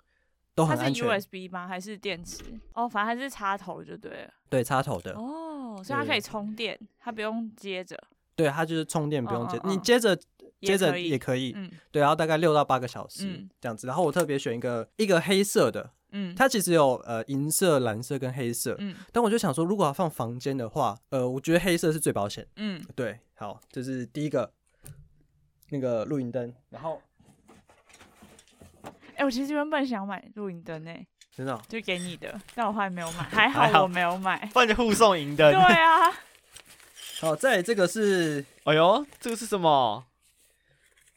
Speaker 1: 都
Speaker 2: 它
Speaker 1: 哦很安
Speaker 2: 是
Speaker 1: 全。
Speaker 2: USB 吗？还是电池？哦，反正它是插头就对了。
Speaker 1: 对，插头的，
Speaker 2: 哦，所以它可以充电，它不用接着。
Speaker 1: 对，它就是充电不用接，
Speaker 2: 嗯嗯嗯
Speaker 1: 你接着接
Speaker 2: 也
Speaker 1: 着
Speaker 2: 可以
Speaker 1: 也可以，
Speaker 2: 嗯
Speaker 1: 对，然后大概六到八个小时
Speaker 2: 嗯
Speaker 1: 这样子。然后我特别选一个一个黑色的，
Speaker 2: 嗯，
Speaker 1: 它其实有呃银色、蓝色跟黑色，
Speaker 2: 嗯
Speaker 1: 但我就想说，如果要放房间的话，呃，我觉得黑色是最保险。
Speaker 2: 嗯，
Speaker 1: 对，好，这是第一个那个露营灯，然后
Speaker 2: 哎、我其实原本想买露营灯诶，
Speaker 1: 真的哦
Speaker 2: 就给你的，但我后来没有
Speaker 1: [laughs]
Speaker 2: 买，还
Speaker 3: 还好
Speaker 2: 好我没有买。
Speaker 3: 不然就互送银灯
Speaker 2: 对。啊，
Speaker 1: 好，再来这个是
Speaker 3: 哎呦，这个是什么？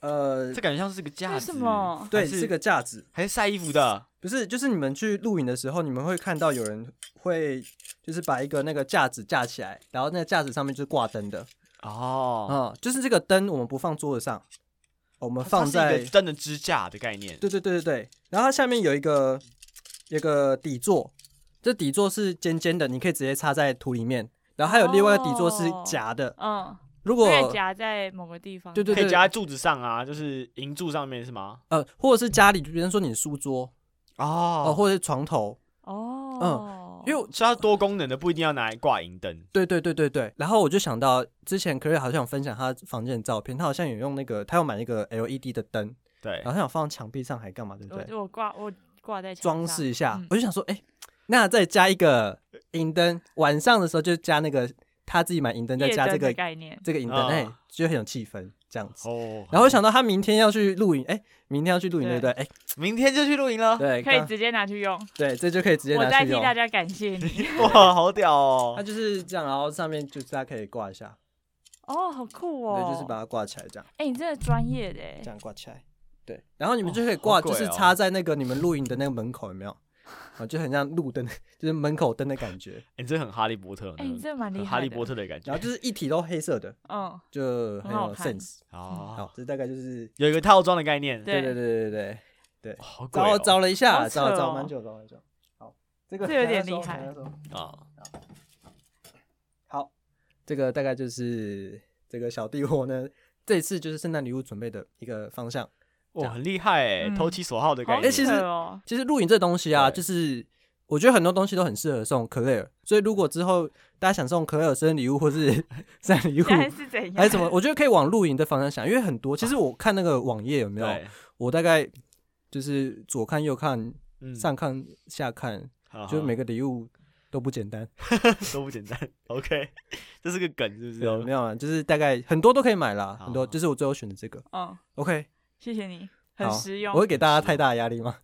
Speaker 1: 呃
Speaker 3: 这，感觉像是个架
Speaker 2: 为
Speaker 3: 子。
Speaker 2: 什么
Speaker 1: 对，
Speaker 3: 还是
Speaker 1: 是个架子，
Speaker 3: 还是晒衣服的。
Speaker 1: 不是，就是你们去露营的时候，你们会看到有人会就是把一个那个架子架起来，然后那个架子上面就是挂灯的，
Speaker 3: 哦，
Speaker 1: 啊、就是这个灯我们不放桌子上，我们
Speaker 3: 它
Speaker 1: 哦放
Speaker 3: 是一
Speaker 1: 在
Speaker 3: 个灯的支架的概念。
Speaker 1: 对对对对对，然后它下面有一个有个底座，这底座是尖尖的，你可以直接插在土里面。然后还有另外一个底座是
Speaker 2: 哦
Speaker 1: 夹的，
Speaker 2: 嗯，
Speaker 1: 如
Speaker 2: 可
Speaker 1: 果
Speaker 2: 以夹在某个地方。
Speaker 1: 对对
Speaker 3: 可以夹在柱子上啊，就是银柱上面是吗？
Speaker 1: 呃，或者是家里，比如说你书桌
Speaker 3: 哦
Speaker 1: 哦、或者是床头，
Speaker 2: 哦，
Speaker 1: 因为我
Speaker 3: 所以它多功能的不一定要拿来挂银灯，
Speaker 1: 对对对对对，然后我就想到之前 c l a r 好像有分享他房间的照片，他好像有用那个，他要买那个 LED 的灯，
Speaker 3: 对
Speaker 1: 然，后他想放墙壁上还干嘛，对不对？
Speaker 2: 我我挂我挂在墙
Speaker 1: 装
Speaker 2: 上
Speaker 1: 饰一下
Speaker 2: 嗯，
Speaker 1: 我就想说，哎，那再加一个银灯，晚上的时候就加那个他自己买银灯，再
Speaker 2: 夜
Speaker 1: 加这
Speaker 2: 灯的
Speaker 1: 个
Speaker 2: 概念，
Speaker 1: 这个银灯，
Speaker 3: 啊
Speaker 1: 哎，就很有气氛这样子。
Speaker 3: 哦，
Speaker 1: 然后我想到他明天要去露营，哎，明天要去露营，对
Speaker 2: 对哦
Speaker 1: 不对？哎，
Speaker 3: 明天就去露营了，
Speaker 1: 对，
Speaker 2: 可以
Speaker 1: 刚
Speaker 2: 直接拿去用。
Speaker 1: 对，这就可以直接
Speaker 2: 我
Speaker 1: 拿
Speaker 2: 代
Speaker 1: 去
Speaker 2: 替
Speaker 1: 用。
Speaker 2: 大家感谢
Speaker 1: [laughs]
Speaker 2: 你。
Speaker 3: [laughs] 哇，好屌
Speaker 1: 它 [laughs]
Speaker 3: 哦！
Speaker 1: 就是这样，然后上面就是大家可以挂一下，
Speaker 2: 哦，好酷哦！
Speaker 1: 对，就是把它挂起来这样。
Speaker 2: 哎、你真的专业的
Speaker 1: 这
Speaker 2: 欸，
Speaker 1: 样挂起来。对，然后你们
Speaker 3: 哦
Speaker 1: 就可以
Speaker 3: 好
Speaker 1: 挂，
Speaker 3: 贵
Speaker 1: 就是
Speaker 3: 哦
Speaker 1: 插在那个你们露营的那个门口，有没有？啊，就很像路灯， [laughs] 就是门口灯的感觉。
Speaker 3: 哎你真的很哈利波特，
Speaker 2: 哎、你真的蛮厉
Speaker 3: 很
Speaker 2: 害
Speaker 3: 哈利波
Speaker 2: 特，
Speaker 3: 特的感觉
Speaker 1: 然后就是一体都黑色的，
Speaker 2: 嗯，
Speaker 1: 就
Speaker 2: 很
Speaker 1: 很
Speaker 2: 好
Speaker 1: 有
Speaker 2: 看
Speaker 1: sense。
Speaker 3: 哦
Speaker 1: 嗯好，，这大概就是
Speaker 3: 有一个套装的概念，
Speaker 1: 对对对
Speaker 2: 对
Speaker 1: 对对，
Speaker 3: 哇好贵
Speaker 1: 找
Speaker 3: 哦
Speaker 1: 找了一下，
Speaker 2: 好扯
Speaker 1: 找找
Speaker 2: 哦
Speaker 1: 蛮久，找蛮久。好，这个
Speaker 2: 这有
Speaker 1: 等下
Speaker 2: 点
Speaker 1: 收
Speaker 2: 厉害
Speaker 1: 等下收
Speaker 3: 啊！
Speaker 1: 好，这个大概就是这个小帝国呢，这次就是圣诞礼物准备的一个方向。这
Speaker 3: 哇，
Speaker 1: 样
Speaker 3: 很厉害哎，
Speaker 2: 嗯
Speaker 3: 投其所好的概
Speaker 2: 好
Speaker 1: 哎
Speaker 3: 念。
Speaker 1: 其实 [laughs]
Speaker 2: 扯哦，
Speaker 1: 其实露营这东西啊，
Speaker 3: 对
Speaker 1: 就是我觉得很多东西都很适合送克莱尔，所以如果之后大家想送克莱尔生日礼物或是 [laughs] 生日礼物，
Speaker 2: 现在是怎
Speaker 1: [laughs]
Speaker 2: 样？
Speaker 1: 还是哎什么，我觉得可以往露营的方向想，因为很多。其实我看那个网页有没有，
Speaker 3: 对，
Speaker 1: 我大概就是左看右看，
Speaker 3: 嗯
Speaker 1: 上看下看，
Speaker 3: 好
Speaker 1: 就是
Speaker 3: 好
Speaker 1: 每个礼物都不简单，
Speaker 3: 都不简单。OK，这 [laughs] 是个梗是不是？
Speaker 1: 有没有啊？就是大概很多都可以买啦，
Speaker 3: 好
Speaker 1: 很多。就是我最后选的这个
Speaker 2: 嗯，
Speaker 1: ，OK，
Speaker 2: 谢谢你，很
Speaker 1: 好，
Speaker 2: 实用
Speaker 1: 我，会给大家太大的压力吗？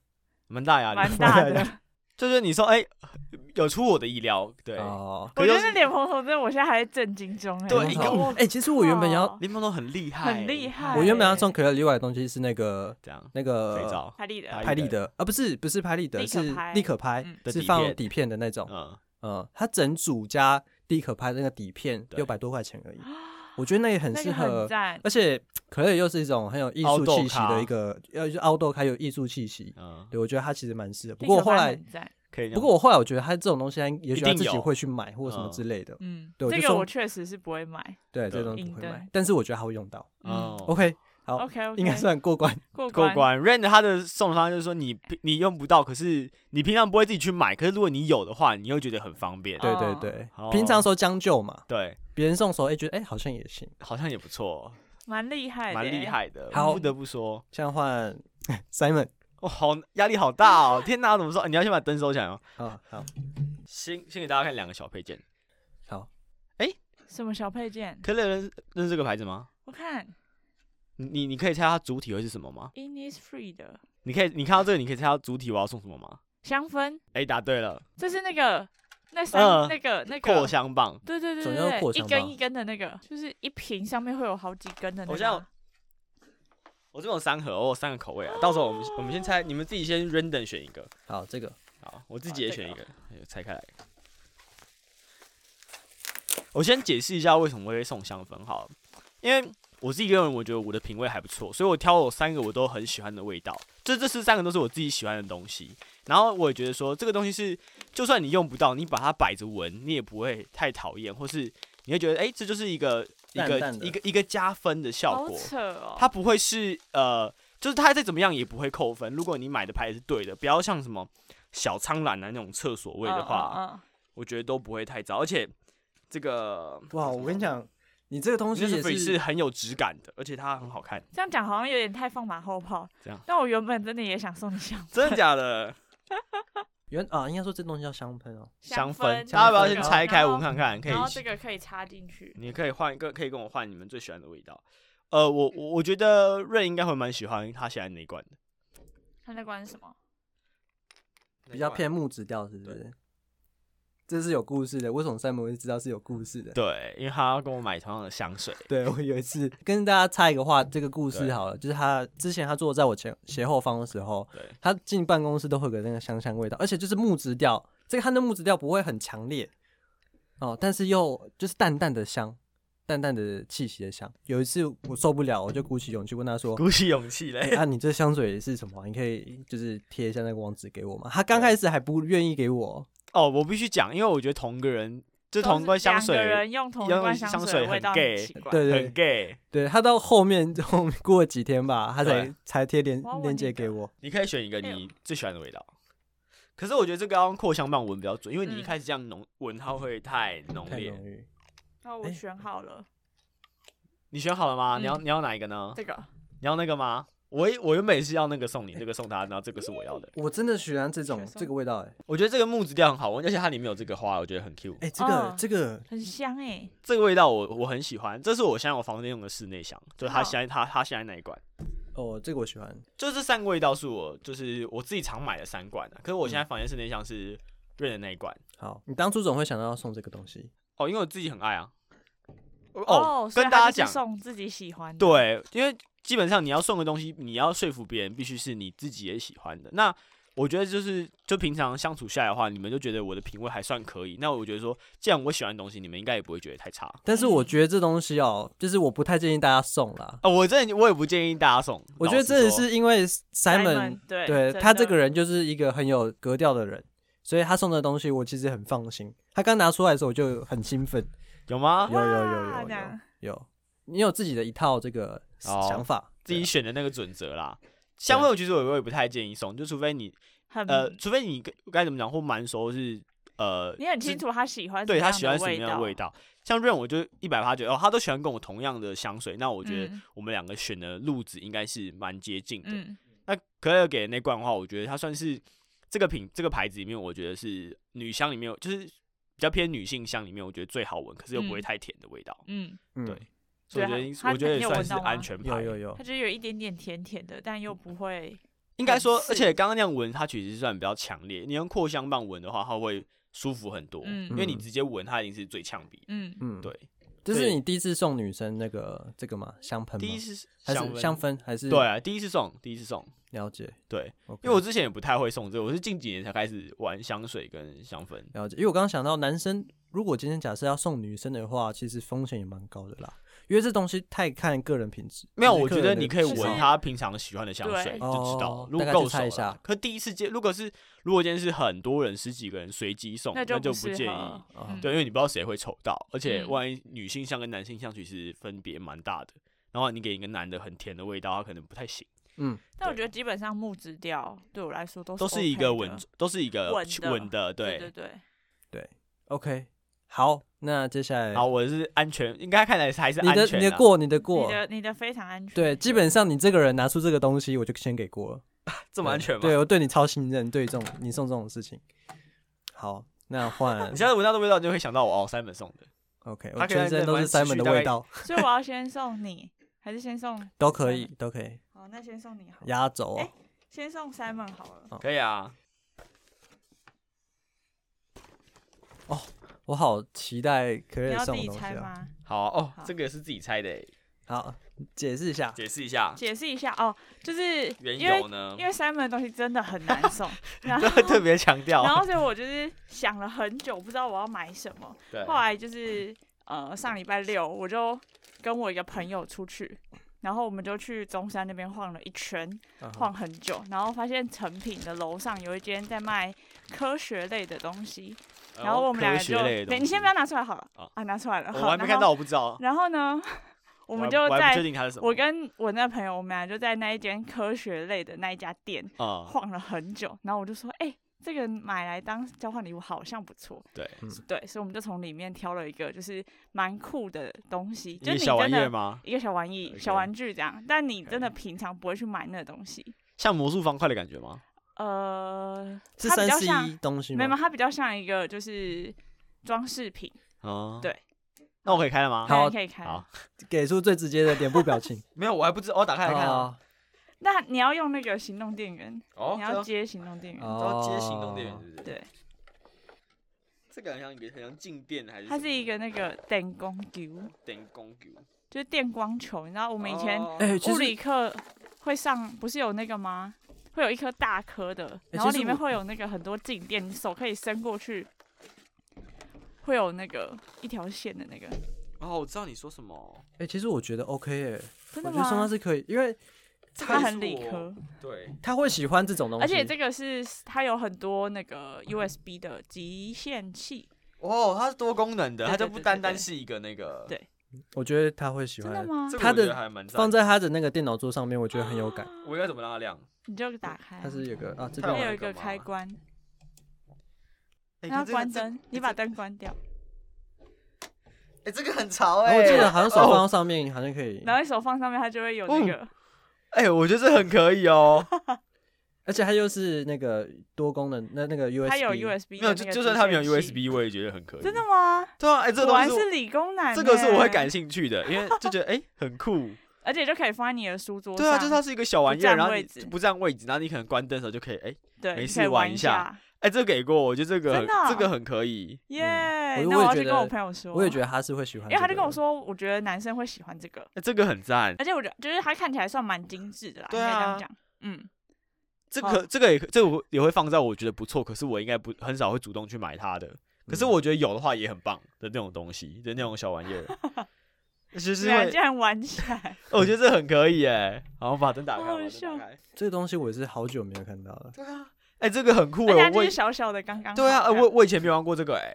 Speaker 3: 蛮大压力
Speaker 1: [laughs]
Speaker 2: 蛮，大
Speaker 1: 蛮大
Speaker 2: 的。
Speaker 3: [laughs] 就是你说哎，有出我的意料，对，
Speaker 1: 哦，
Speaker 2: 我
Speaker 3: 可
Speaker 2: 觉
Speaker 3: 就
Speaker 2: 得那
Speaker 3: 是
Speaker 2: 脸红头真的，我现在还在震惊中欸。哦
Speaker 3: 对一个
Speaker 1: 哎、其实我原本要，
Speaker 3: 柠檬都很厉害，
Speaker 2: 很厉害
Speaker 1: 我原本要送可乐另外的东西是那个
Speaker 3: 这样
Speaker 1: 那个
Speaker 3: 肥皂，
Speaker 2: 拍立得，
Speaker 3: 拍
Speaker 1: 拍立得啊，不是不是拍立得，
Speaker 2: 立可
Speaker 1: 是
Speaker 2: 拍
Speaker 1: 立可拍
Speaker 2: 嗯，
Speaker 3: 的
Speaker 1: 是
Speaker 3: 底
Speaker 1: 放
Speaker 3: 片
Speaker 1: 底片的那种。
Speaker 3: 嗯，
Speaker 1: 嗯，它整组加立可拍那个底片
Speaker 3: 对
Speaker 1: 六百多块钱而已，我觉得那也很
Speaker 2: 啊那
Speaker 1: 适
Speaker 2: 个很
Speaker 1: 合。
Speaker 2: 赞，
Speaker 1: 而且可乐又是一种很有艺术气息的一个，要就是凹豆还有艺术气息。
Speaker 3: 嗯，
Speaker 1: 对，我觉得它其实蛮适合。不
Speaker 2: 立
Speaker 1: 过
Speaker 2: 可
Speaker 1: 我后
Speaker 2: 拍
Speaker 1: 来
Speaker 2: 很，赞
Speaker 3: 可以这样。
Speaker 1: 不过我后来我觉得它这种东西，它也许它
Speaker 3: 一定
Speaker 1: 自己
Speaker 3: 有
Speaker 1: 会去买或什么之类的。
Speaker 2: 嗯，
Speaker 1: 对我
Speaker 2: 这
Speaker 1: 就
Speaker 2: 个
Speaker 1: 送
Speaker 2: 我确实是不会买。
Speaker 1: 对，这种
Speaker 2: 对
Speaker 1: 不会买
Speaker 2: 嗯，
Speaker 1: 但是我觉得它会用到。
Speaker 2: 嗯
Speaker 3: 哦
Speaker 1: OK，好，
Speaker 2: ，OK
Speaker 1: [laughs]
Speaker 2: OK，
Speaker 1: 应该算过关。
Speaker 2: 过
Speaker 3: 过
Speaker 2: 关，
Speaker 3: 关。Rand 他的送的方法就是说你，你用不到，可是你平常不会自己去买，可是如果你有的话，你又觉得很方便。
Speaker 1: 对对
Speaker 2: 哦
Speaker 1: 对
Speaker 3: 好，
Speaker 1: 平常时候将就嘛，
Speaker 3: 对，
Speaker 1: 别人送的时候，哎，觉得哎好像也行。
Speaker 3: 好像也不错，
Speaker 2: 蛮厉害的，
Speaker 3: 蛮厉。害的。
Speaker 1: 好
Speaker 3: 不得不说，
Speaker 1: 现在换 [laughs] Simon
Speaker 3: 哇、好压力好大哦！天哪，怎么说？你要先把灯收起来哦。
Speaker 1: 啊，好
Speaker 3: 先先给大家看两个小配件，
Speaker 1: 好，
Speaker 2: 什么小配件？
Speaker 3: 可乐认识认识这个牌子吗？
Speaker 2: 我看
Speaker 3: 你你你可以猜它主体会是什么吗？
Speaker 2: Innisfree 的
Speaker 3: 你可以你看到这个，你可以猜到主体我要送什么吗？
Speaker 2: 香氛，
Speaker 3: 哎、答对了，
Speaker 2: 这是那个那三、
Speaker 3: 嗯
Speaker 2: 那个那
Speaker 3: 扩
Speaker 2: 个，
Speaker 3: 香棒。
Speaker 2: 对对对
Speaker 1: 总要
Speaker 2: 对
Speaker 1: 扩
Speaker 2: 对，
Speaker 1: 香
Speaker 2: 一
Speaker 1: 吧
Speaker 2: 根一根的那个，就是一瓶上面会有好几根的那
Speaker 3: 我
Speaker 2: 个
Speaker 3: 像
Speaker 2: 啊。
Speaker 3: 我这边有三盒，我有三个口味啊。到时候我们我们先猜，你们自己先 random 选一个。
Speaker 1: 好这个
Speaker 3: 好，我自己也选一个，
Speaker 1: 哦
Speaker 3: 哎呦拆开来。我先解释一下为什么我会送香氛好了，因为我自己个人我觉得我的品味还不错，所以我挑了三个我都很喜欢的味道，这这十三个都是我自己喜欢的东西。然后我也觉得说这个东西是，就算你用不到，你把它摆着闻，你也不会太讨厌，或是你会觉得哎、这就是一个一个
Speaker 1: 淡淡的
Speaker 3: 一个一个加分的效
Speaker 2: 好
Speaker 3: 果。
Speaker 2: 扯哦！
Speaker 3: 它不会是呃，就是它再怎么样也不会扣分。如果你买的牌是对的，不要像什么小苍兰啊那种厕所味的话，
Speaker 2: 嗯嗯嗯
Speaker 3: 我觉得都不会太糟。而且这个
Speaker 1: 哇，我跟你讲，你这个东西
Speaker 3: 这
Speaker 1: 也
Speaker 3: 是
Speaker 1: 是
Speaker 3: 是很有质感的，而且它很好看。
Speaker 2: 这样讲好像有点太放马后炮。
Speaker 3: 这样，
Speaker 2: 但我原本真的也想送你香
Speaker 3: 真的
Speaker 2: [laughs]
Speaker 3: 假的？
Speaker 1: 原啊，应该说这东西叫香喷哦。
Speaker 3: 香
Speaker 2: 氛
Speaker 3: 氛，，大家不要
Speaker 1: 香
Speaker 3: 先
Speaker 1: 氛
Speaker 3: 拆开
Speaker 2: 然后
Speaker 3: 闻看看，可以
Speaker 2: 然后这个可以插进去，
Speaker 3: 你可以换一个，可以跟我换你们最喜欢的味道。呃，我我我觉得瑞应该会蛮喜欢他现在那一罐的，
Speaker 2: 它那关是什么？
Speaker 1: 比较偏木质调，是不是？这是有故事的，为什么 Simon 会知道是有故事的？
Speaker 3: 对，因为他要跟我买同样的香水。
Speaker 1: 对，我有一次跟大家插一个话，这个故事
Speaker 3: 对
Speaker 1: 好了，就是他之前他坐在我前斜后方的时候，
Speaker 3: 对，
Speaker 1: 他进办公室都会有个那个香香味道，而且就是木质调，这个它的木质调不会很强烈哦，但是又就是淡淡的香，淡淡的气息的香。有一次我受不了，我就鼓起勇气问他说：“
Speaker 3: 鼓起勇气嘞
Speaker 1: 哎、。啊，你这香水是什么啊？你可以就是贴一下那个网址给我吗？”他刚开始还不愿意给我，
Speaker 3: 哦，我必须讲，因为我觉得同个人，就
Speaker 2: 都
Speaker 3: 同
Speaker 2: 是
Speaker 3: 罐香水
Speaker 2: 两个人用同一
Speaker 3: 用
Speaker 2: 罐
Speaker 3: 香
Speaker 2: 水
Speaker 3: 水
Speaker 2: 的味
Speaker 3: 很
Speaker 2: 道
Speaker 3: gay，
Speaker 2: 奇怪。
Speaker 1: 对对
Speaker 3: 很 gay。
Speaker 1: 对他到后面后面 [laughs] 过了几天吧，他才
Speaker 3: 对
Speaker 1: 才贴链
Speaker 2: 我要问
Speaker 1: 链接
Speaker 2: 你的
Speaker 1: 给我。
Speaker 3: 你可以选一个
Speaker 2: 哎呦
Speaker 3: 你最喜欢的味道，可是我觉得这个要用扩香棒闻比较准，因为你一
Speaker 2: 嗯
Speaker 3: 开始这样浓闻，它会太浓
Speaker 1: 太
Speaker 3: 烈。
Speaker 1: 浓郁。
Speaker 2: 那我
Speaker 1: 哎
Speaker 2: 选好了，
Speaker 3: 你选好了吗？你要
Speaker 2: 嗯
Speaker 3: 你要哪一个呢？
Speaker 2: 这个
Speaker 3: 你要那个吗？我我原本也是要那个送你，这个送他，然后这个是我要的。
Speaker 1: 我真的喜欢这种
Speaker 2: 雪松
Speaker 1: 这个味道、欸，哎、
Speaker 3: 我觉得这个木质调很好闻，而且它里面有这个花，我觉得很 Q。
Speaker 1: 这个、
Speaker 2: 哦
Speaker 1: 这个
Speaker 2: 很香哎，
Speaker 3: 这个味道我我很喜欢，这是我现在我房间用的室内香，就是它
Speaker 2: 好
Speaker 3: 现在它它现在那一罐，
Speaker 1: 哦，这个我喜欢。
Speaker 3: 就这三个味道是我就是我自己常买的三罐、啊、可是我
Speaker 2: 嗯
Speaker 3: 现在房间室内香是润的那一罐
Speaker 1: 好，你当初总会想到要送这个东西，
Speaker 3: 哦，因为我自己很爱啊。
Speaker 2: 哦，所以
Speaker 3: 跟
Speaker 2: 它
Speaker 3: 大
Speaker 2: 就
Speaker 3: 家
Speaker 2: 是
Speaker 3: 讲，
Speaker 2: 送自己喜欢的，，
Speaker 3: 对，因为基本上你要送的东西，你要说服别人，必须是你自己也喜欢的。那我觉得就是，就平常相处下来的话，你们就觉得我的品味还算可以。那我觉得说，既然我喜欢的东西，你们应该也不会觉得太差。
Speaker 1: 但是我
Speaker 2: 哎
Speaker 1: 觉得这东西哦，就是我不太建议大家送啦。
Speaker 3: 啊、我真的我也不建议大家送。
Speaker 1: 我觉得
Speaker 3: 老实
Speaker 1: 真的
Speaker 3: 说
Speaker 1: 是因为 Simon，
Speaker 2: Simon，对
Speaker 1: 对
Speaker 2: 真
Speaker 1: 他
Speaker 2: 的
Speaker 1: 这个人就是一个很有格调的人，所以他送的东西我其实很放心。他刚拿出来的时候我就很兴奋，
Speaker 3: 有吗？
Speaker 2: 啊
Speaker 1: 有有有
Speaker 2: 哇
Speaker 1: 有
Speaker 2: 这
Speaker 1: 有
Speaker 2: 样
Speaker 1: 有，你有自己的一套这个
Speaker 3: 哦
Speaker 1: 想法，
Speaker 3: 自己选的那个准则啦。
Speaker 2: 啊
Speaker 3: 香味我其实我也不太建议送，就除非你
Speaker 2: 很
Speaker 3: 呃，除非你该该怎么讲，或蛮熟是呃，
Speaker 2: 嗯你很清
Speaker 3: 是
Speaker 2: 楚他喜欢
Speaker 3: 对
Speaker 2: 什么
Speaker 3: 他
Speaker 2: 样
Speaker 3: 喜欢
Speaker 2: 的
Speaker 3: 什么样的味道。像润，我就一百八觉得哦，他都喜欢跟我同样的香水，那我觉得
Speaker 2: 嗯
Speaker 3: 我们两个选的路子应该是蛮接近的。
Speaker 2: 嗯，
Speaker 3: 那可乐给的那罐的话，我觉得它算是这个品这个牌子里面，我觉得是女香里面有就是比较偏女性香里面，我觉得最好闻，可是又不会
Speaker 2: 嗯
Speaker 3: 太甜的味道。
Speaker 2: 嗯，
Speaker 1: 嗯，
Speaker 3: 对所以我觉
Speaker 2: 对
Speaker 3: 得
Speaker 2: 它
Speaker 3: 应
Speaker 2: 它
Speaker 3: 我觉得也
Speaker 2: 你有
Speaker 3: 算
Speaker 2: 闻
Speaker 3: 是
Speaker 2: 到吗
Speaker 3: 安全牌。
Speaker 1: 有有有
Speaker 2: 它，就有一点点甜甜的，但又不会
Speaker 3: 应该说，
Speaker 2: 很
Speaker 3: 而
Speaker 2: 刺
Speaker 3: 且刚刚那样闻，它其实算比较强烈。你用扩香棒闻的话，它会舒服很多，
Speaker 2: 嗯
Speaker 3: 因为你直接闻它已经是最呛鼻。
Speaker 2: 嗯
Speaker 1: 嗯，
Speaker 3: 对，
Speaker 1: 这
Speaker 3: 所
Speaker 1: 是
Speaker 3: 以
Speaker 1: 你第一次送女生那个这个吗？香喷吗？
Speaker 3: 第一次
Speaker 1: 还
Speaker 3: 香
Speaker 1: 是
Speaker 3: 氛
Speaker 1: 香氛嗯还是
Speaker 3: 对啊，第一次送，第一次送，
Speaker 1: 了解
Speaker 3: 对，
Speaker 1: ，OK，
Speaker 3: 因为我之前也不太会送这个，我是近几年才开始玩香水跟香氛。
Speaker 1: 了解，因为我刚刚想到，男生如果今天假设要送女生的话，其实风险也蛮高的啦，因为这东西太看个人品质。
Speaker 3: 没有，
Speaker 1: 就是
Speaker 3: 我
Speaker 1: 个
Speaker 3: 觉得
Speaker 1: 人的
Speaker 3: 你可以
Speaker 1: 喜好
Speaker 3: 闻他平常喜欢的香水
Speaker 2: 对
Speaker 3: 就知道
Speaker 1: 哦，
Speaker 3: 如果
Speaker 1: 大概
Speaker 3: 够
Speaker 1: 去
Speaker 3: 熟
Speaker 1: 猜一
Speaker 3: 了啦
Speaker 1: 下。
Speaker 3: 可第一次接，如果是如果今天是很多人十几个人随机送，那
Speaker 2: 就
Speaker 3: 就
Speaker 2: 不
Speaker 3: 不建议
Speaker 2: 议。
Speaker 1: 啊
Speaker 2: 嗯
Speaker 3: 对，因为你不知道谁会抽到，而且
Speaker 2: 嗯
Speaker 3: 万一女性香跟男性香其实分别蛮大的，然后你给一个男的很甜的味道，他可能不太行，
Speaker 1: 嗯，
Speaker 2: 但我觉得基本上木质调对我来说都都
Speaker 3: 都是一个稳，都是一个
Speaker 2: 稳的
Speaker 3: 稳的，
Speaker 2: 对对。
Speaker 3: 对
Speaker 2: 对，
Speaker 1: 对，OK，好，那接下来
Speaker 3: 好，我是安全，应该看来是还是
Speaker 1: 你
Speaker 3: 安
Speaker 1: 的
Speaker 3: 全。啊
Speaker 1: 你的，过你的
Speaker 2: 你
Speaker 1: 过，
Speaker 2: 的你的非常安全，
Speaker 1: 对，基本上你这个人拿出这个东西，我就先给过了。
Speaker 3: 这么安全吗？
Speaker 1: 对，我对你超信任，对这种你送这种事情，好，那换
Speaker 3: [laughs] 你现在闻到的味道，你就会想到我哦，Simon 送的。
Speaker 1: OK，
Speaker 3: 他
Speaker 1: 我
Speaker 3: 可以
Speaker 1: 全
Speaker 3: 让你
Speaker 1: 身
Speaker 3: 再
Speaker 1: 都
Speaker 3: 玩
Speaker 1: 是
Speaker 3: 持
Speaker 1: Simon
Speaker 3: 续
Speaker 1: 的
Speaker 3: 大
Speaker 1: 味
Speaker 3: 概
Speaker 1: 道，
Speaker 2: 所以我要先送你，还是先送
Speaker 1: 都可以
Speaker 2: Simon？
Speaker 1: 都可以，
Speaker 2: 好，那先送你好了，
Speaker 1: 压轴哦
Speaker 2: 哎，先送 Simon 好了。
Speaker 1: 哦
Speaker 3: 可以啊，
Speaker 1: 我好期待可
Speaker 2: 你
Speaker 1: 以
Speaker 2: 要自
Speaker 1: 送的
Speaker 2: 己
Speaker 1: 东西
Speaker 2: 猜
Speaker 1: 啊。
Speaker 2: 吗？
Speaker 3: 好啊哦
Speaker 2: 好，
Speaker 3: 这个是自己猜的欸耶，
Speaker 1: 好，解释一下，
Speaker 3: 解释一下
Speaker 2: 解释一下哦，就是
Speaker 3: 缘
Speaker 2: 因为
Speaker 3: 由呢
Speaker 2: 因？为 Simon 的东西真的很难
Speaker 3: [laughs]
Speaker 2: 送，然后
Speaker 3: 这特别强
Speaker 2: 然
Speaker 3: 调，
Speaker 2: 后所以我就是想了很久，不知道我要买什么。
Speaker 3: 对
Speaker 2: 后来就是呃上礼拜六，我就跟我一个朋友出去，然后我们就去中山那边晃了一圈，
Speaker 1: 嗯哼
Speaker 2: 晃很久，然后发现成品的楼上有一间在卖科学类的东西，然后我们俩
Speaker 3: 科
Speaker 2: 就
Speaker 3: 学类
Speaker 2: 对
Speaker 3: 的东
Speaker 2: 你先
Speaker 3: 西
Speaker 2: 不要拿出来好了
Speaker 3: 哦
Speaker 2: 啊，拿出来了，
Speaker 3: 我
Speaker 2: 好，
Speaker 3: 还没
Speaker 2: 然
Speaker 3: 看
Speaker 2: 后
Speaker 3: 到，。我不知道，
Speaker 2: 然后
Speaker 3: [laughs]
Speaker 2: 呢，我们
Speaker 3: 还
Speaker 2: 就
Speaker 3: 我还不确
Speaker 2: 在
Speaker 3: 定它是什么，
Speaker 2: 我跟我那朋友，我们俩就在那一间科学类的那一家店
Speaker 3: 啊，
Speaker 2: 晃了很久，然后我就说，哎、这个买来当交换礼物好像不错，
Speaker 3: 对，
Speaker 2: 对，所以我们就从里面挑了一个就是蛮酷的东西，
Speaker 3: 一
Speaker 2: 就
Speaker 3: 个
Speaker 2: 你
Speaker 3: 小玩
Speaker 2: 真
Speaker 3: 意儿
Speaker 2: 的
Speaker 3: 吗？
Speaker 2: 一个小玩意、小
Speaker 3: OK
Speaker 2: 玩具这样，但你真的
Speaker 3: OK
Speaker 2: 平常不会去买那个东西。
Speaker 3: 像魔术方块的感觉吗？
Speaker 2: 呃，
Speaker 1: 是
Speaker 2: 它比
Speaker 1: 三
Speaker 2: 较
Speaker 1: 十
Speaker 2: 像
Speaker 1: 一东西
Speaker 2: 没
Speaker 1: 吗
Speaker 2: 有，？它比较像一个就是装饰品。
Speaker 3: 啊，
Speaker 2: 对。
Speaker 3: 那我可以开了吗？
Speaker 1: 好
Speaker 2: 大家可以看。
Speaker 3: 好
Speaker 1: 给出最直接的脸部表 [laughs] 情。
Speaker 3: 没有，我还不知，我打开了。
Speaker 1: 哦
Speaker 2: 那你要用那个行动电源，
Speaker 3: 哦
Speaker 2: 你要接行动电源。
Speaker 1: 哦，
Speaker 3: 是不是？
Speaker 2: 对，
Speaker 3: 这个很像一个很像静电还是
Speaker 2: 它是一个那个电光球，
Speaker 3: 电光球。
Speaker 2: 就是电光球。你知道我们以前
Speaker 3: 哦
Speaker 1: 哎、其
Speaker 2: 物
Speaker 1: 实
Speaker 2: 理课会上，不是有那个吗？会有一颗大颗的，
Speaker 1: 其
Speaker 2: 然后
Speaker 1: 实
Speaker 2: 里面
Speaker 1: 我
Speaker 2: 会有那个很多静电，你手可以伸过去，会有那个一条线的那个，
Speaker 3: 哦，我知道你说什么。
Speaker 1: 哎、其实我觉得 OK 哎、
Speaker 2: 真
Speaker 1: 我觉
Speaker 2: 的
Speaker 1: 得双方
Speaker 2: 吗？
Speaker 1: 是可以，因为
Speaker 3: 这
Speaker 2: 它很理科，。
Speaker 3: 对，
Speaker 1: 他会喜欢这种东西，
Speaker 2: 而且这个是它有很多那个 USB 的极限器，
Speaker 3: 哦，它是多功能的，
Speaker 2: 对
Speaker 3: 它就
Speaker 2: 对
Speaker 3: 不
Speaker 2: 对
Speaker 3: 单
Speaker 2: 对
Speaker 3: 单
Speaker 2: 对
Speaker 3: 是一个那个。
Speaker 2: 对
Speaker 1: 我觉得他会喜
Speaker 2: 真的
Speaker 1: 欢。
Speaker 2: 吗
Speaker 3: 这？个
Speaker 1: 它
Speaker 3: 我觉
Speaker 1: 的
Speaker 3: 得还蛮赞
Speaker 1: 放
Speaker 3: 的
Speaker 1: 在他的那个电脑桌上面，我觉得很有感。
Speaker 3: 我应该怎么让它亮？
Speaker 2: 你就打开
Speaker 1: 它，是有个啊，这边
Speaker 2: 它
Speaker 3: 它
Speaker 1: 有
Speaker 2: 啊有
Speaker 3: 那
Speaker 2: 一
Speaker 3: 个
Speaker 2: 个
Speaker 3: 吗
Speaker 2: 开关，
Speaker 4: 哎
Speaker 2: 那要
Speaker 4: 可这个
Speaker 2: 关
Speaker 4: 这
Speaker 2: 灯，你把灯关掉，
Speaker 4: 哎，这个很潮
Speaker 1: 然后
Speaker 4: 哎。
Speaker 1: 我
Speaker 3: 哦
Speaker 1: 记得好像手放到上面好像可以，
Speaker 2: 然后你手放上面，它就会有
Speaker 3: 哦
Speaker 2: 那个。
Speaker 3: 哎，我觉得这很可以
Speaker 2: [laughs]
Speaker 3: 哦。
Speaker 1: 而且它又是那个多功能，那那个 USB，
Speaker 2: 它有 USB，
Speaker 3: 没有，
Speaker 2: 的
Speaker 3: 就
Speaker 2: 那个
Speaker 3: 就算他们有
Speaker 2: 集成器
Speaker 3: USB，我也觉得很可以。
Speaker 2: 真的吗？
Speaker 3: 对啊，哎，这个
Speaker 2: 果
Speaker 3: 东
Speaker 2: 然
Speaker 3: 西是
Speaker 2: 是理工男
Speaker 3: 我
Speaker 2: 耶，
Speaker 3: 这个是我会感兴趣的，因为就觉得哎很
Speaker 2: [laughs]
Speaker 3: 酷。
Speaker 2: 而且就可以放在你的书桌上。
Speaker 3: 对啊，就是它是一个小玩意
Speaker 2: 不
Speaker 3: 儿，
Speaker 2: 占
Speaker 3: 然后
Speaker 2: 位
Speaker 3: 你
Speaker 2: 置
Speaker 3: 就不占位置，然后你可能关灯的时候就可以哎
Speaker 2: 对，
Speaker 3: 没
Speaker 2: 你
Speaker 3: 事
Speaker 2: 可以
Speaker 3: 玩
Speaker 2: 玩
Speaker 3: 一
Speaker 2: 一
Speaker 3: 下
Speaker 2: 下，
Speaker 3: 哎，这个给过，我觉得这个
Speaker 2: 真的哦
Speaker 3: 这个很可以。
Speaker 2: 耶！
Speaker 3: 嗯
Speaker 1: 我
Speaker 2: 那
Speaker 1: 我也
Speaker 2: 要
Speaker 1: 觉
Speaker 2: 去跟我
Speaker 1: 得
Speaker 2: 朋友说，啊
Speaker 1: 我也觉得，他是会喜欢、
Speaker 2: 因为他就跟我，说，我觉得男生会喜欢这个，
Speaker 3: 哎，这个很赞，
Speaker 2: 而且我觉得就是他看起来算蛮精致的啦，
Speaker 3: 对
Speaker 2: 应该这
Speaker 3: 啊
Speaker 2: 样讲，嗯，
Speaker 3: 这个
Speaker 2: 哦
Speaker 3: 可这个也可这个我也会放在我觉得不错，可是我应该不很少会主动去买它的。
Speaker 1: 嗯
Speaker 3: 可是我觉得有的话也很棒的那种东西的那种小玩意
Speaker 2: [laughs]
Speaker 3: 儿，就是
Speaker 2: 你
Speaker 3: 因
Speaker 2: 们
Speaker 3: 为
Speaker 2: 竟然玩起来，
Speaker 3: 哦我觉得这很可以哎，好，把灯打开，
Speaker 2: 好
Speaker 3: 把灯
Speaker 2: 笑
Speaker 3: 打开。
Speaker 1: 这个东西我也是好久没有看到了。
Speaker 4: 对啊，
Speaker 3: 哎，这个很酷
Speaker 2: 而且
Speaker 3: 哎
Speaker 2: 它，就
Speaker 3: [laughs] 我
Speaker 2: 是
Speaker 3: 也
Speaker 2: 小小的，刚刚
Speaker 3: 对啊，
Speaker 2: 好这
Speaker 3: 哎我
Speaker 2: 样
Speaker 3: 我以前没玩过这个哎，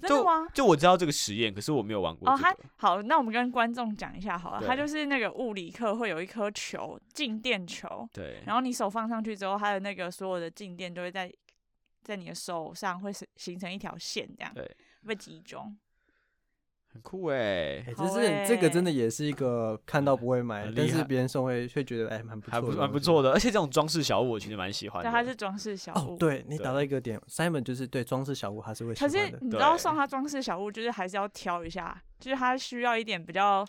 Speaker 2: 真的吗？
Speaker 3: 就我知道这个实验，可是我没有玩过
Speaker 2: 哦，
Speaker 3: 这
Speaker 2: 它
Speaker 3: 个。
Speaker 2: 好，那我们跟观众讲一下好了，它
Speaker 3: 对
Speaker 2: 就是那个物理课会有一颗球，静电球，
Speaker 3: 对，
Speaker 2: 然后你手放上去之后，它的那个所有的静电就会在在你的手上会是形成一条线，这样
Speaker 3: 对
Speaker 2: 被集中。
Speaker 3: 很酷哎
Speaker 1: 哎、，
Speaker 2: 好
Speaker 1: 这是这个
Speaker 2: 欸
Speaker 1: 真的也是一个看到不会买
Speaker 3: 很，厉
Speaker 1: 但
Speaker 3: 害
Speaker 1: 是别人送会会觉得哎蛮不
Speaker 3: 还
Speaker 1: 错
Speaker 3: 不
Speaker 1: 的，
Speaker 3: 蛮不错的，而且这种装饰小物我其实蛮喜欢的。
Speaker 2: 但它是装饰小物。
Speaker 1: 哦。对你
Speaker 3: 对
Speaker 1: 打到一个点，Simon 就是对装饰小物他是会喜
Speaker 2: 可
Speaker 1: 欢
Speaker 2: 是
Speaker 1: 的，
Speaker 2: 你知道
Speaker 3: 对
Speaker 2: 送他装饰小物，就是还是要挑一下，就是他需要一点比较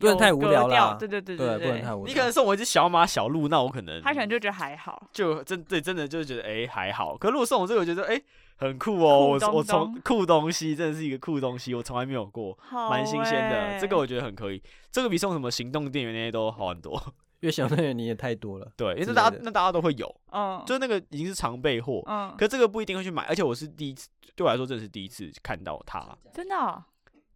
Speaker 1: 不能
Speaker 2: 有
Speaker 1: 太无
Speaker 2: 格
Speaker 1: 聊
Speaker 2: 调
Speaker 1: 啦
Speaker 2: 对对对
Speaker 1: 对，不能
Speaker 2: 对，
Speaker 1: 太无聊。
Speaker 3: 你可能送我一只小马小鹿，那我可能
Speaker 2: 他可能就觉得还好。
Speaker 3: 就真对真的就是觉得哎、还好，可如果送我这个，我觉得哎、很酷哦，
Speaker 2: 酷
Speaker 3: 我
Speaker 2: 东
Speaker 3: 我
Speaker 2: 东
Speaker 3: 从酷东西真的是一个酷东西，我从来没有过，
Speaker 2: 好
Speaker 3: 蛮新鲜的，
Speaker 2: 欸
Speaker 3: 这个我觉得很可以，这个比送什么行动电源那些都好很多， [laughs]
Speaker 1: 越想那个你也太多了，
Speaker 3: 对，因为
Speaker 1: 之类
Speaker 3: 那大家
Speaker 1: 的
Speaker 3: 那大家都会有，
Speaker 2: 嗯，
Speaker 3: 就那个已经是常备货，
Speaker 2: 嗯，
Speaker 3: 可这个不一定会去买，而且我是第一次，对我来说真的是第一次看到它，
Speaker 2: 真的哦，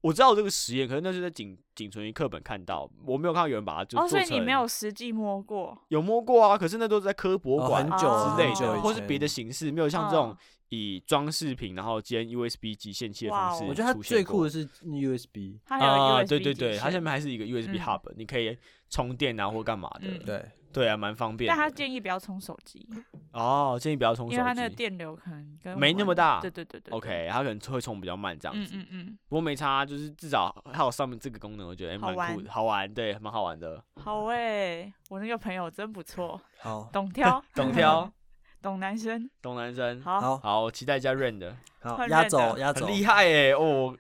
Speaker 3: 我知道这个实验，可是那是在仅仅存于课本看到，我没有看到有人把它就
Speaker 2: 哦
Speaker 3: 做
Speaker 2: 所
Speaker 3: 成，
Speaker 2: 以你没有实际摸过，
Speaker 3: 有摸过啊，可是那都是在科博
Speaker 1: 哦
Speaker 3: 馆
Speaker 1: 很久
Speaker 2: 啊
Speaker 3: 之类
Speaker 1: 很久
Speaker 3: 的，
Speaker 1: 以
Speaker 3: 或是
Speaker 1: 前
Speaker 3: 别的形式，没有像这种
Speaker 2: 嗯
Speaker 3: 以装饰品然后兼 USB 集线器的
Speaker 2: 哇
Speaker 3: 方
Speaker 2: 哦
Speaker 1: 我
Speaker 3: 嗯式出现过。
Speaker 1: 觉得它最酷的是 USB，
Speaker 2: 它还
Speaker 3: 啊，
Speaker 2: 有 USB
Speaker 3: 对对
Speaker 2: 接
Speaker 3: 对，它
Speaker 2: 线
Speaker 3: 下面还是一个 USB
Speaker 2: 嗯
Speaker 3: hub，、你可以充电啊或干嘛的。
Speaker 2: 嗯
Speaker 1: 对，
Speaker 3: 对啊，蛮方便
Speaker 2: 但
Speaker 3: 的。
Speaker 2: 他建议不要充手机，
Speaker 3: 哦，建议不要充手
Speaker 2: 因为它那个
Speaker 3: 机。
Speaker 2: 电流可能跟
Speaker 3: 没
Speaker 2: 我
Speaker 3: 那么
Speaker 2: 们
Speaker 3: 大
Speaker 2: 对对对对对
Speaker 3: OK，它可能会充比较慢这样
Speaker 2: 嗯
Speaker 3: 子，
Speaker 2: 嗯嗯，
Speaker 3: 不过没差，啊就是至少还有上面这个功能，我觉得哎
Speaker 2: 好
Speaker 3: 蛮、酷的，好玩，对，蛮好
Speaker 1: [laughs]
Speaker 3: 玩的。
Speaker 2: 好诶、我那个朋友真不错，
Speaker 1: 好，
Speaker 2: 懂挑
Speaker 3: [laughs]
Speaker 1: [laughs]
Speaker 3: 懂挑，
Speaker 2: 懂男生，
Speaker 3: 懂男生，
Speaker 2: 好，
Speaker 1: 好
Speaker 3: 好，我期待一下 Rain 的，
Speaker 1: 好
Speaker 2: 很
Speaker 1: 压
Speaker 2: 认
Speaker 1: 轴
Speaker 2: 得
Speaker 1: 压
Speaker 3: 很
Speaker 1: 轴。
Speaker 3: 厉害哎、哦，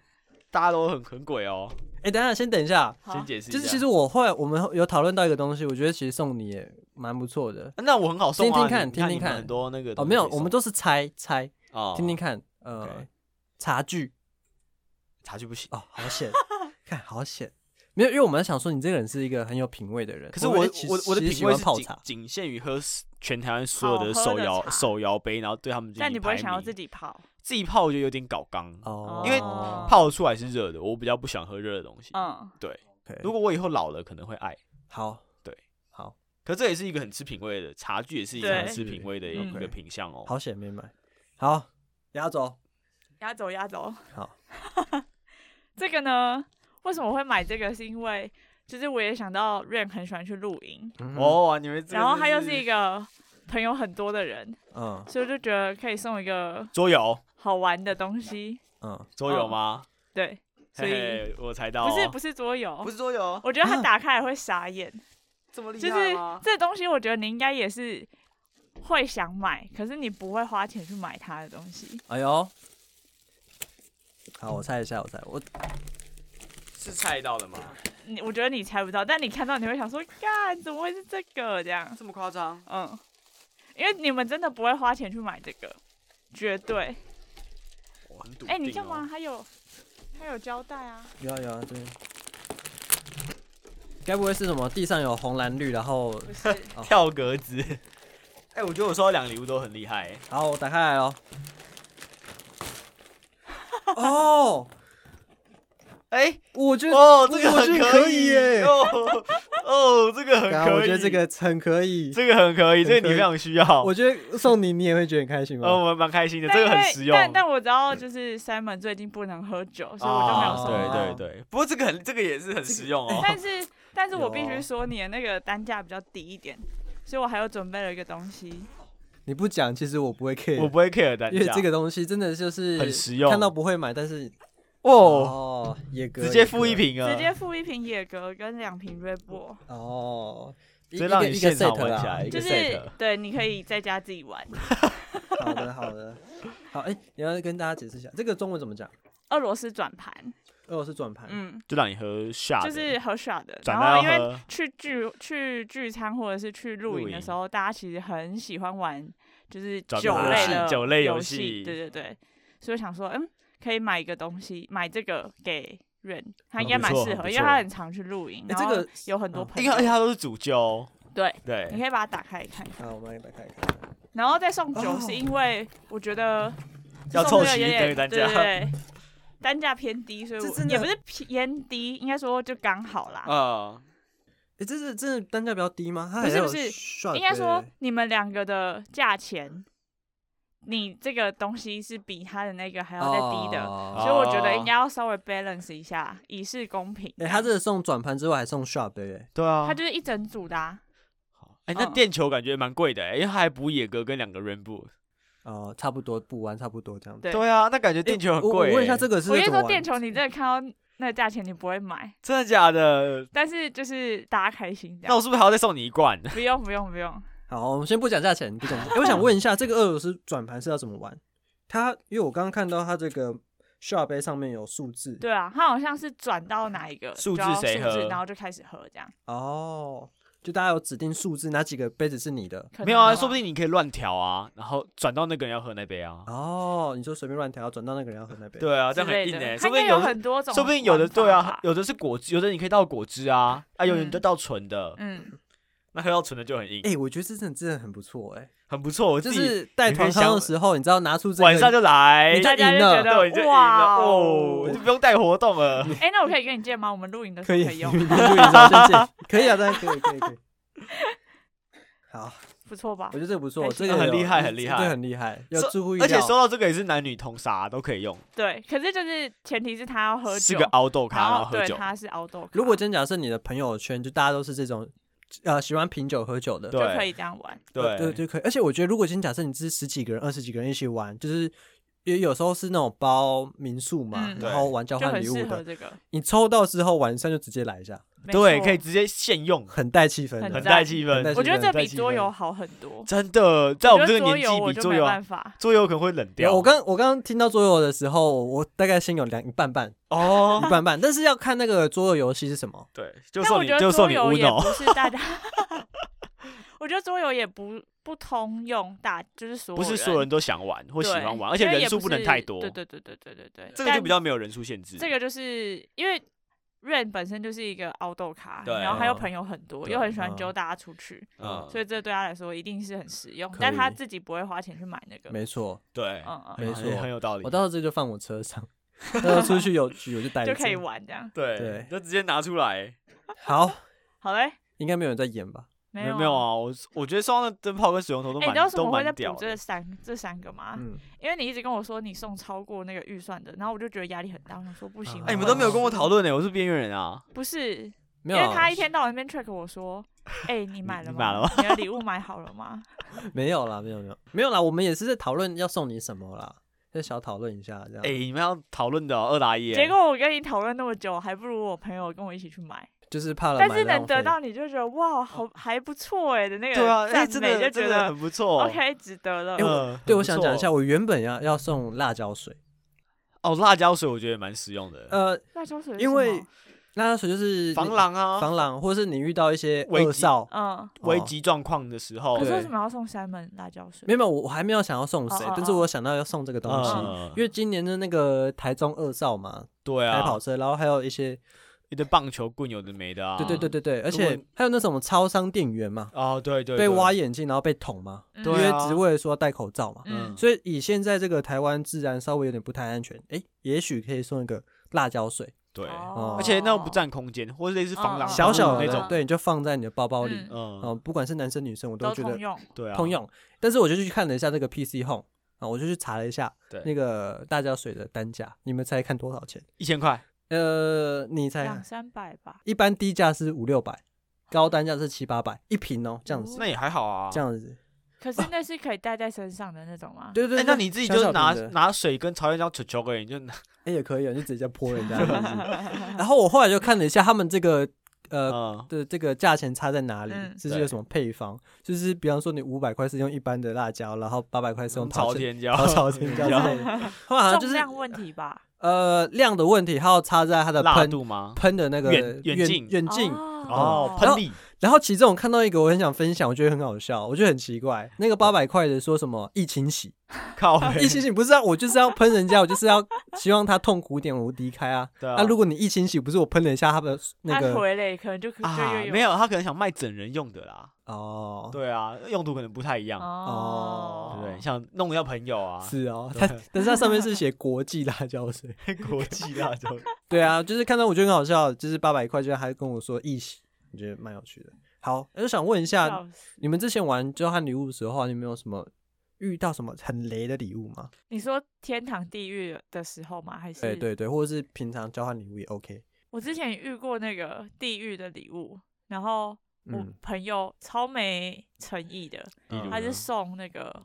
Speaker 3: 大家都很很鬼哦。
Speaker 1: 哎，等一下先等一下，
Speaker 2: 好
Speaker 3: 先解释一下，
Speaker 1: 就是其实我后来我们有讨论到一个东西，我觉得其实送你也蛮不错的。
Speaker 3: 那我很好送啊，
Speaker 1: 听听看
Speaker 3: 你
Speaker 1: 听听
Speaker 3: 你们
Speaker 1: 看
Speaker 3: 很多那个
Speaker 1: 哦，
Speaker 3: 东西
Speaker 1: 没有，
Speaker 3: 可以
Speaker 1: 我们
Speaker 3: 送
Speaker 1: 都是猜猜，
Speaker 3: 哦
Speaker 1: 听听看，呃
Speaker 3: OK，
Speaker 1: 茶具
Speaker 3: 茶具不行。
Speaker 1: 哦，好险，看好险，没有，因为我们想说你这个人是一个很有品味的人，
Speaker 3: 可是我
Speaker 1: 哎其实
Speaker 3: 我我的
Speaker 1: 其实喜
Speaker 3: 品味
Speaker 1: 欢
Speaker 3: 是
Speaker 1: 泡
Speaker 3: 仅哦
Speaker 1: 茶，
Speaker 3: 仅限于喝全台湾所有的
Speaker 2: 好喝
Speaker 3: 手
Speaker 2: 的
Speaker 3: 摇
Speaker 2: 茶
Speaker 3: 手摇杯，然后对他们进
Speaker 2: 但
Speaker 3: 行
Speaker 2: 你不会
Speaker 3: 排
Speaker 2: 想要
Speaker 3: 名
Speaker 2: 自己泡，
Speaker 3: 自己泡，我觉得有点搞刚，
Speaker 1: 哦，
Speaker 3: 因为
Speaker 2: 哦
Speaker 3: 泡出来是热的，我比较不喜欢喝热的东西。
Speaker 2: 嗯，
Speaker 1: OK，
Speaker 3: 如果我以后老了，可能会爱。
Speaker 1: 好，
Speaker 3: 对，
Speaker 1: 好，
Speaker 3: 可这也是一个很吃品味的茶具，也是一个
Speaker 2: 对
Speaker 3: 很吃品味的一
Speaker 2: 嗯
Speaker 3: 个品相哦。
Speaker 1: 好险没买，好，压轴，
Speaker 2: 压轴压轴。
Speaker 1: 好，
Speaker 2: [laughs] 这个呢，为什么会买这个？是因为就是我也想到 Rain 很喜欢去露营，
Speaker 1: 嗯哼，
Speaker 3: 哦，哇你们这
Speaker 2: 然后他又
Speaker 3: 真
Speaker 2: 是一个朋友很多的人，
Speaker 1: 嗯
Speaker 2: 所以我就觉得可以送一个
Speaker 3: 桌游，
Speaker 2: 好玩的东西。
Speaker 1: 嗯，
Speaker 3: 桌游吗？
Speaker 2: 对，所以
Speaker 3: 嘿嘿我猜到哦，
Speaker 2: 不是不是桌游
Speaker 4: 不，是桌游，
Speaker 2: 我觉得他
Speaker 1: 啊
Speaker 2: 打开来会傻眼。
Speaker 4: 这么厉
Speaker 2: 就是
Speaker 4: 害吗？
Speaker 2: 这东西，我觉得你应该也是会想买，可是你不会花钱去买它的东西。
Speaker 1: 哎呦，好，我猜一下，我猜，我
Speaker 3: 是猜到的吗？
Speaker 2: 你我觉得你猜不到，但你看到你会想说，干怎么会是这个这样？
Speaker 4: 这么夸张？
Speaker 2: 嗯，因为你们真的不会花钱去买这个，绝对。
Speaker 3: 我很笃定。哦
Speaker 2: 哎、你干
Speaker 4: 哦
Speaker 2: 嘛？？还有还有胶带啊？
Speaker 1: 有啊有啊，这边，该不会是什么地上有红蓝绿，然后
Speaker 2: 不是，
Speaker 3: 跳格子。 [laughs] 哎，我觉得我收到两个礼物都很厉害。
Speaker 1: 好，我打开来了。哦，
Speaker 3: 哎，
Speaker 1: 我觉得
Speaker 3: 哦，这个
Speaker 1: 我觉
Speaker 3: 很
Speaker 1: 得可以耶
Speaker 3: 哦哦，这个很
Speaker 1: 刚刚
Speaker 3: 可以。
Speaker 1: 啊我觉得这个很可以。
Speaker 3: 这个很可
Speaker 1: 很
Speaker 3: 以，
Speaker 1: 可
Speaker 3: 这
Speaker 1: 以
Speaker 3: 个你非常需要。
Speaker 1: 我觉得送你，你也会觉得很开心
Speaker 3: 呃，
Speaker 1: 吗？
Speaker 3: 我们蛮开心的，
Speaker 2: 但
Speaker 3: 这个
Speaker 2: 因
Speaker 3: 很
Speaker 2: 为
Speaker 3: 实用。
Speaker 2: 但但我知道，就是 Simon 最近不能喝酒，所以我就没有
Speaker 1: 啊
Speaker 2: 送
Speaker 1: 送
Speaker 2: 他。
Speaker 3: 哦对对对，不过这个很，这个也是很实用 [laughs] 哦。
Speaker 2: 但是，但是我必
Speaker 3: 啊
Speaker 1: 有
Speaker 2: 须说，你的那个单价比较低一点，所以我还有准备了一个东西。
Speaker 1: 你不讲，其实我不会 care，
Speaker 3: 我不会 care 单
Speaker 1: 因为
Speaker 3: 价，
Speaker 1: 哎这个东西真的就是
Speaker 3: 很实用
Speaker 1: 看到不会买，但是
Speaker 3: 哦，
Speaker 1: 哦，野格
Speaker 3: 直接付一
Speaker 1: 野
Speaker 3: 瓶啊，
Speaker 2: 直接付一瓶野格跟两瓶 Red Bull，
Speaker 1: 格哦，一
Speaker 3: 直接
Speaker 1: 一
Speaker 3: 让
Speaker 1: 个
Speaker 3: 你
Speaker 1: 一个
Speaker 3: 现场
Speaker 1: set 啊
Speaker 3: 玩起
Speaker 1: 啦
Speaker 3: 来，一
Speaker 2: 就
Speaker 3: 个
Speaker 2: 是
Speaker 3: set。
Speaker 2: 对，你可以在家自己玩。
Speaker 1: 好的好的，好哎，你要跟大家解释一下这个中文怎么讲？
Speaker 2: 俄罗斯转盘，
Speaker 1: 俄罗斯转盘，
Speaker 2: 嗯，
Speaker 3: 就让你喝下的，
Speaker 2: 就是喝 shot 的。
Speaker 3: 转
Speaker 2: 然
Speaker 3: 到
Speaker 2: 后
Speaker 3: 要
Speaker 2: 因为
Speaker 3: 喝
Speaker 2: 去聚去聚餐或者是去露
Speaker 3: 露
Speaker 2: 营的
Speaker 3: 营
Speaker 2: 时候，大家其实很喜欢玩就是
Speaker 3: 转
Speaker 2: 酒
Speaker 1: 盘
Speaker 2: 类
Speaker 1: 游戏
Speaker 2: 的
Speaker 3: 酒类游
Speaker 2: 游
Speaker 3: 戏
Speaker 2: 对对对。所以我想说，嗯，可以买一个东西，买这个给人，他
Speaker 3: 嗯
Speaker 2: 应该
Speaker 3: 不
Speaker 2: 蛮
Speaker 3: 错
Speaker 2: 适
Speaker 3: 很
Speaker 2: 合，
Speaker 3: 不
Speaker 2: 因为他
Speaker 3: 错
Speaker 2: 很常去露营，
Speaker 1: 哎
Speaker 2: 然
Speaker 1: 这
Speaker 2: 后
Speaker 1: 个
Speaker 2: 有很多
Speaker 1: 嗯
Speaker 2: 朋
Speaker 3: 因为而且
Speaker 2: 友。
Speaker 3: 它都是主酒，
Speaker 2: 对，你
Speaker 3: 对，
Speaker 2: 可以把它打开看看。
Speaker 1: 好，我们来打开一看。
Speaker 2: 然后再送酒，是因为我觉得
Speaker 3: 要
Speaker 2: 送
Speaker 3: 凑
Speaker 2: 这个
Speaker 3: 齐
Speaker 2: 有
Speaker 3: 一等
Speaker 2: 点
Speaker 3: 于单
Speaker 2: 对对
Speaker 3: 价，
Speaker 2: 对，单价偏低，所以
Speaker 1: 这
Speaker 2: 我
Speaker 1: 真的
Speaker 2: 也不是偏低，应该说就刚好啦。
Speaker 3: 啊，
Speaker 1: 哎，这是真的单价比较低吗？它
Speaker 2: 不
Speaker 1: 还
Speaker 2: 是
Speaker 1: 有
Speaker 2: 不是
Speaker 1: shot，
Speaker 2: 应该说
Speaker 1: 对
Speaker 2: 你们两个的价钱，你这个东西是比他的那个还要再低的，
Speaker 1: 哦
Speaker 2: 所以我觉得应该要稍微 balance 一下，以示公平。
Speaker 1: 哎，它这个送转盘之外还送 shot，对不对？
Speaker 3: 对啊
Speaker 2: 它，就是一整组的、啊，
Speaker 3: 哎，那
Speaker 2: 嗯
Speaker 3: 电球感觉蛮贵的，哎因为它还补野格跟两个 rainbow，
Speaker 1: 哦，差不多补完差不多这样子。
Speaker 2: 对
Speaker 3: 对啊，那感觉
Speaker 1: 哎
Speaker 3: 电球很
Speaker 1: 我
Speaker 3: 贵，
Speaker 1: 我问一下，这个是
Speaker 2: 我跟你
Speaker 1: 怎么
Speaker 2: 说，
Speaker 1: 玩
Speaker 2: 电球你真的看到那价钱你不会买，
Speaker 3: 真的假的？
Speaker 2: 但是就是大家开心这
Speaker 3: 那
Speaker 2: 样。
Speaker 3: 我是不是还要再送你一罐？
Speaker 2: 不用不用不用，
Speaker 1: 好，我们先不讲价钱，不讲
Speaker 3: [laughs]
Speaker 1: 价钱。哎，我想问一下，这个俄罗斯转盘是要怎么玩？它因为我刚刚看到它这个 shot 杯上面有数字，
Speaker 2: 对啊，它好像是转到哪一个
Speaker 3: 数
Speaker 2: 就
Speaker 3: 字
Speaker 2: 要
Speaker 3: 谁
Speaker 2: 数字
Speaker 3: 喝
Speaker 2: 然后就开始喝这样。
Speaker 1: 哦，就大家有指定数字，哪几个杯子是你的？
Speaker 2: 可能
Speaker 3: 没有啊，
Speaker 2: 的
Speaker 3: 说不
Speaker 2: 话
Speaker 3: 定你可以乱调啊，然后转到那个人要喝那杯啊。
Speaker 1: 哦，你说随便乱调，转到那个人要喝那杯。，
Speaker 3: 对啊，这
Speaker 2: 之
Speaker 3: 样很
Speaker 2: 类
Speaker 3: 硬
Speaker 2: 的，
Speaker 3: 哎，
Speaker 2: 它
Speaker 3: 说
Speaker 2: 应
Speaker 3: 不定
Speaker 2: 该有
Speaker 3: 有的，
Speaker 2: 很多种玩法吧，
Speaker 3: 说不定有的对啊，有的是果汁，有的你可以倒果汁啊，啊，有的你
Speaker 2: 嗯
Speaker 3: 就倒纯的，
Speaker 2: 嗯，
Speaker 3: 那喝到纯的就很硬，
Speaker 1: 哎，我觉得这真的真的很不错，哎，
Speaker 3: 很不错。我自
Speaker 1: 就
Speaker 3: 己
Speaker 1: 是带团康的时候，你知道拿出这个，
Speaker 3: 晚上就来，
Speaker 1: 你就
Speaker 2: 大家就
Speaker 1: 赢了
Speaker 2: 觉
Speaker 3: 对，你就
Speaker 2: 得
Speaker 3: 赢了
Speaker 2: 哇
Speaker 3: 哦，就不用带活动了。
Speaker 2: [laughs] 哎，那我可以跟你借吗？我们露营的时
Speaker 1: 可
Speaker 2: 候
Speaker 1: 以，
Speaker 2: 可以用，
Speaker 1: [laughs] 你录一张先见，
Speaker 3: [laughs]
Speaker 1: 可以啊，当然可以，可以，可以。好，
Speaker 2: 不错吧
Speaker 1: 我觉？得这个不错，
Speaker 2: 开
Speaker 1: 这
Speaker 2: 心
Speaker 1: 个
Speaker 3: 哎很
Speaker 1: 有
Speaker 3: 厉害很厉
Speaker 1: 这
Speaker 3: 害
Speaker 1: 个很厉害，要
Speaker 3: 说
Speaker 1: 出乎意料。
Speaker 3: 而且收到这个也是男女通杀都可以用，
Speaker 2: 对，可是就是前提是他要喝
Speaker 3: 是
Speaker 2: 酒
Speaker 3: 个，凹豆咖，然
Speaker 2: 然
Speaker 3: 后
Speaker 2: 后
Speaker 3: 喝
Speaker 2: 对
Speaker 3: 酒，
Speaker 2: 他是熬豆咖，
Speaker 1: 如果真假设你的朋友圈就大家都是这种，呃，喜欢品酒喝酒的，
Speaker 2: 就
Speaker 3: 对
Speaker 2: 可以这样玩，
Speaker 1: 呃对就
Speaker 3: 对
Speaker 1: 可以。而且我觉得，如果今天假设你是十几个人、二十几个人一起玩，就是也有时候是那种包民宿嘛，
Speaker 2: 嗯
Speaker 1: 然后玩交
Speaker 2: 就
Speaker 1: 换
Speaker 2: 很
Speaker 1: 礼物
Speaker 2: 适合
Speaker 1: 的，
Speaker 2: 这个，
Speaker 1: 你抽到之后晚上就直接来一下，
Speaker 2: 没
Speaker 3: 对，
Speaker 2: 错
Speaker 3: 可以。直接现用，
Speaker 1: 很带气氛
Speaker 3: 很
Speaker 1: 的。
Speaker 2: 赞
Speaker 3: 带气氛
Speaker 1: 很带。
Speaker 2: 我觉
Speaker 1: 气
Speaker 2: 得
Speaker 1: 氛
Speaker 2: 这
Speaker 3: 带
Speaker 2: 比
Speaker 3: 气
Speaker 2: 桌
Speaker 3: 氛
Speaker 2: 游好很多，
Speaker 3: 真的，在我们这个
Speaker 2: 觉得
Speaker 3: 年纪，
Speaker 2: 我
Speaker 3: 比
Speaker 2: 就
Speaker 3: 桌
Speaker 2: 没
Speaker 3: 游啊
Speaker 2: 办法，
Speaker 3: 桌游可能会冷掉。
Speaker 1: 有我刚我刚刚听到桌游的时候，我大概先有两一半半
Speaker 2: [laughs]
Speaker 3: 哦，
Speaker 1: 一半半，但是要看那个桌游游戏是什么。
Speaker 3: 对，就
Speaker 2: 但
Speaker 3: 送
Speaker 2: 我
Speaker 3: 你
Speaker 2: 觉
Speaker 3: 就
Speaker 2: 得
Speaker 3: 送
Speaker 2: 桌
Speaker 3: 你
Speaker 2: 游也
Speaker 3: Uno，
Speaker 2: 不是大
Speaker 3: [laughs]
Speaker 2: 家，我觉得桌游也不不通用大，就是所
Speaker 3: 不是所有人都想玩或喜
Speaker 2: 对
Speaker 3: 欢玩，而且
Speaker 2: 因为
Speaker 3: 人
Speaker 2: 也
Speaker 3: 数
Speaker 2: 不
Speaker 3: 能
Speaker 2: 是
Speaker 3: 太多
Speaker 2: 对。对对对对对对，
Speaker 3: 这个就
Speaker 2: 但
Speaker 3: 比较没有人数限制。
Speaker 2: 这个就是因为 Rain 本身就是一个凹豆咖，
Speaker 3: 对啊
Speaker 2: 然后他又
Speaker 1: 嗯
Speaker 2: 朋友很多，
Speaker 3: 对啊
Speaker 2: 又很喜欢
Speaker 1: 嗯
Speaker 2: 揪大家出去，
Speaker 3: 嗯，
Speaker 2: 所以这对他来说一定是很实用
Speaker 1: 可，
Speaker 2: 但他
Speaker 1: 以
Speaker 2: 自己不会花钱去买那个。
Speaker 1: 没错，
Speaker 3: 对，
Speaker 2: 嗯嗯，
Speaker 1: 没
Speaker 3: 很
Speaker 1: 错
Speaker 3: 很有道理
Speaker 1: 我。到时候这就放我车上，到时候出去有局我就带着
Speaker 2: [laughs] 就可以。玩这样。
Speaker 3: 对
Speaker 1: 对，
Speaker 3: 就直接拿出来。
Speaker 1: 好，
Speaker 2: 好嘞，
Speaker 1: 应该没有人在演吧？
Speaker 2: 没
Speaker 3: 有
Speaker 2: 有
Speaker 3: 没有。啊，我我觉得双的灯泡跟水龙头都
Speaker 2: 哎，你
Speaker 3: 蛮
Speaker 2: 知道为什
Speaker 3: 都
Speaker 2: 么会
Speaker 3: 蛮
Speaker 2: 在
Speaker 3: 屌
Speaker 2: 补这
Speaker 3: 的。
Speaker 2: 三这三个吗？
Speaker 1: 嗯，
Speaker 2: 因为你一直跟我说你送超过那个预算的，然后我就觉得压力很大，我想说不行。
Speaker 1: 啊
Speaker 3: 哎，你们
Speaker 2: 我
Speaker 3: 都没有跟
Speaker 2: 会
Speaker 3: 我讨论呢，我是边缘人啊。
Speaker 2: 不是，
Speaker 1: 没有
Speaker 2: 因为
Speaker 1: 啊，
Speaker 2: 他一天到晚那边 check 我说，哎，你买了
Speaker 3: 你
Speaker 2: 吗？
Speaker 3: 买了吗？
Speaker 2: 你的礼物买好了吗？
Speaker 1: 没有啦，没有没有没有啦，我们也是在讨论要送你什么啦，就小讨论一下这样。
Speaker 3: 哎，你们要讨论的哦二打一耶。
Speaker 2: 结果我跟你讨论那么久，还不如我朋友跟我一起去买。
Speaker 1: 就是怕了买
Speaker 2: 但
Speaker 1: 浪
Speaker 2: 是
Speaker 1: 费，
Speaker 2: 能得到你就觉得哇，好还不错哎的那个
Speaker 3: 对啊，哎，
Speaker 2: 赞
Speaker 3: 真
Speaker 2: 美，
Speaker 3: 的
Speaker 2: 就觉
Speaker 3: 真的
Speaker 2: 得哦
Speaker 3: 很不错。
Speaker 2: OK 值得了。
Speaker 3: 嗯
Speaker 1: 对，
Speaker 3: 很
Speaker 1: 哎我
Speaker 3: 不
Speaker 1: 想讲一
Speaker 3: 错
Speaker 1: 下，我原本要要送辣椒水，
Speaker 3: 哦，辣椒水我觉得也蛮实用的。
Speaker 1: 呃，
Speaker 2: 辣椒水
Speaker 1: 因
Speaker 2: 是什
Speaker 1: 为
Speaker 2: 么
Speaker 1: 辣椒水就是
Speaker 3: 嗯防
Speaker 1: 你、
Speaker 3: 狼啊，
Speaker 1: 防狼，或是你遇到一些
Speaker 3: 危
Speaker 1: 恶
Speaker 3: 机啊
Speaker 1: 少，
Speaker 2: 嗯，
Speaker 3: 危
Speaker 1: 哦
Speaker 3: 机状况的时候
Speaker 2: 可，是为
Speaker 1: 对
Speaker 2: 什么要送山门辣椒水
Speaker 1: 没？有，没有我我还没有想要送谁
Speaker 2: 哦哦，
Speaker 1: 但是我想到要送这个东西，
Speaker 3: 嗯
Speaker 1: 因为今年的那个台中恶少嘛，
Speaker 3: 对
Speaker 1: 台
Speaker 3: 啊
Speaker 1: 跑，车，然后还有一些，
Speaker 3: 一堆棒球棍有的没的啊，
Speaker 1: 对对对对对，而
Speaker 3: 如果
Speaker 1: 且还有那种超商店员嘛，
Speaker 3: 哦，对对，
Speaker 1: 被
Speaker 3: 对
Speaker 1: 挖眼镜然后被捅嘛，
Speaker 2: 嗯
Speaker 1: 因
Speaker 3: 对
Speaker 1: 为
Speaker 3: 啊
Speaker 1: 只为了说要戴口罩嘛，
Speaker 2: 嗯
Speaker 1: 所以以现在这个台湾治安稍微有点不太安全，诶，也许可以送一个辣椒水，
Speaker 3: 对，
Speaker 2: 哦
Speaker 3: 而且那种不占空间，或者类似防
Speaker 2: 嗯
Speaker 3: 狼
Speaker 1: 小
Speaker 3: 喷雾
Speaker 1: 小的
Speaker 3: 那
Speaker 1: 那
Speaker 3: 种
Speaker 1: 种，，哦对，你就放在你的包包里，
Speaker 2: 嗯
Speaker 3: 嗯，
Speaker 1: 嗯，不管是男生女生，我
Speaker 2: 都
Speaker 1: 觉得
Speaker 2: 通用，
Speaker 3: 对啊，
Speaker 1: 通用。但是我就去看了一下这个 PC Home 啊，我就去查了一下
Speaker 3: 对
Speaker 1: 那个辣椒水的单价，你们猜看多少钱？
Speaker 3: 一千块，
Speaker 1: 呃，你猜
Speaker 2: 两
Speaker 1: 看，
Speaker 2: 三百吧。
Speaker 1: 一般低价是五六百，高单价是七八百一瓶哦，这样子，
Speaker 3: 那也还好啊，
Speaker 1: 这样子。
Speaker 2: 可是那是可以带在身上的那种吗？
Speaker 1: 对对
Speaker 3: 哎
Speaker 1: 对，
Speaker 3: 那你自己就
Speaker 1: 小小
Speaker 3: 是拿
Speaker 1: 瓶的
Speaker 3: 拿水跟朝天椒球球给你就拿，
Speaker 1: 哎、也可以啊，就直接泼
Speaker 3: [laughs]
Speaker 1: 人家。然后我后来就看了一下他们这个呃、
Speaker 3: 嗯，
Speaker 1: 的这个价钱差在哪里，
Speaker 2: 嗯
Speaker 1: 就是有什么配方，就是比方说你五百块是用一般的辣椒，然后八百块是用
Speaker 3: 嗯朝嗯
Speaker 1: 朝天
Speaker 3: 天椒，
Speaker 1: 朝朝
Speaker 3: [laughs]
Speaker 1: 天椒之类的，他
Speaker 3: 啊
Speaker 1: 们好像就
Speaker 2: 重
Speaker 1: 是
Speaker 2: 量问题吧？
Speaker 1: 呃量的问题，还有差在它的
Speaker 3: 辣
Speaker 1: 喷
Speaker 3: 度吗？
Speaker 1: 喷的那个
Speaker 3: 远远近
Speaker 1: 远近。
Speaker 3: 哦，
Speaker 1: 然
Speaker 3: 喷
Speaker 1: 后
Speaker 3: 力，
Speaker 1: 然后其中我看到一个我很想分享，我觉得很好笑，我觉得很奇怪，那个八百块的说什么疫情洗， [laughs]
Speaker 3: 靠背，
Speaker 1: 疫情洗不是啊，我就是要喷人家，我就是要希望他痛苦点，我离开啊。
Speaker 3: 对
Speaker 1: 啊，如果你疫情洗，不是我喷了一下他的那
Speaker 2: 它
Speaker 1: 个
Speaker 2: 回来可能就可就
Speaker 3: 啊
Speaker 2: 又，
Speaker 3: 没有，他可能想卖整人用的啦，
Speaker 1: 哦，
Speaker 3: 对啊，用途可能不太一样，对
Speaker 2: 哦
Speaker 3: 不，对？想弄一下朋友啊，
Speaker 1: 是哦，它但是它上面是写国际辣椒水。
Speaker 3: 国际辣椒，
Speaker 2: [laughs]
Speaker 1: 对啊，就是看到我觉得很好笑，就是八百块，就还跟我说一洗，我觉得蛮有趣的。好，我就想问一下，
Speaker 2: 笑死
Speaker 1: 你们之前玩交换礼物的时候啊，你们有什么遇到什么很雷的礼物吗？
Speaker 2: 你说天堂地狱的时候吗？还是
Speaker 1: 对对对，或者是平常交换礼物也 OK。
Speaker 2: 我之前遇过那个地狱的礼物，然后我
Speaker 1: 嗯
Speaker 2: 朋友超没诚意的，
Speaker 3: 例如
Speaker 2: 他
Speaker 3: 呢
Speaker 2: 是送那个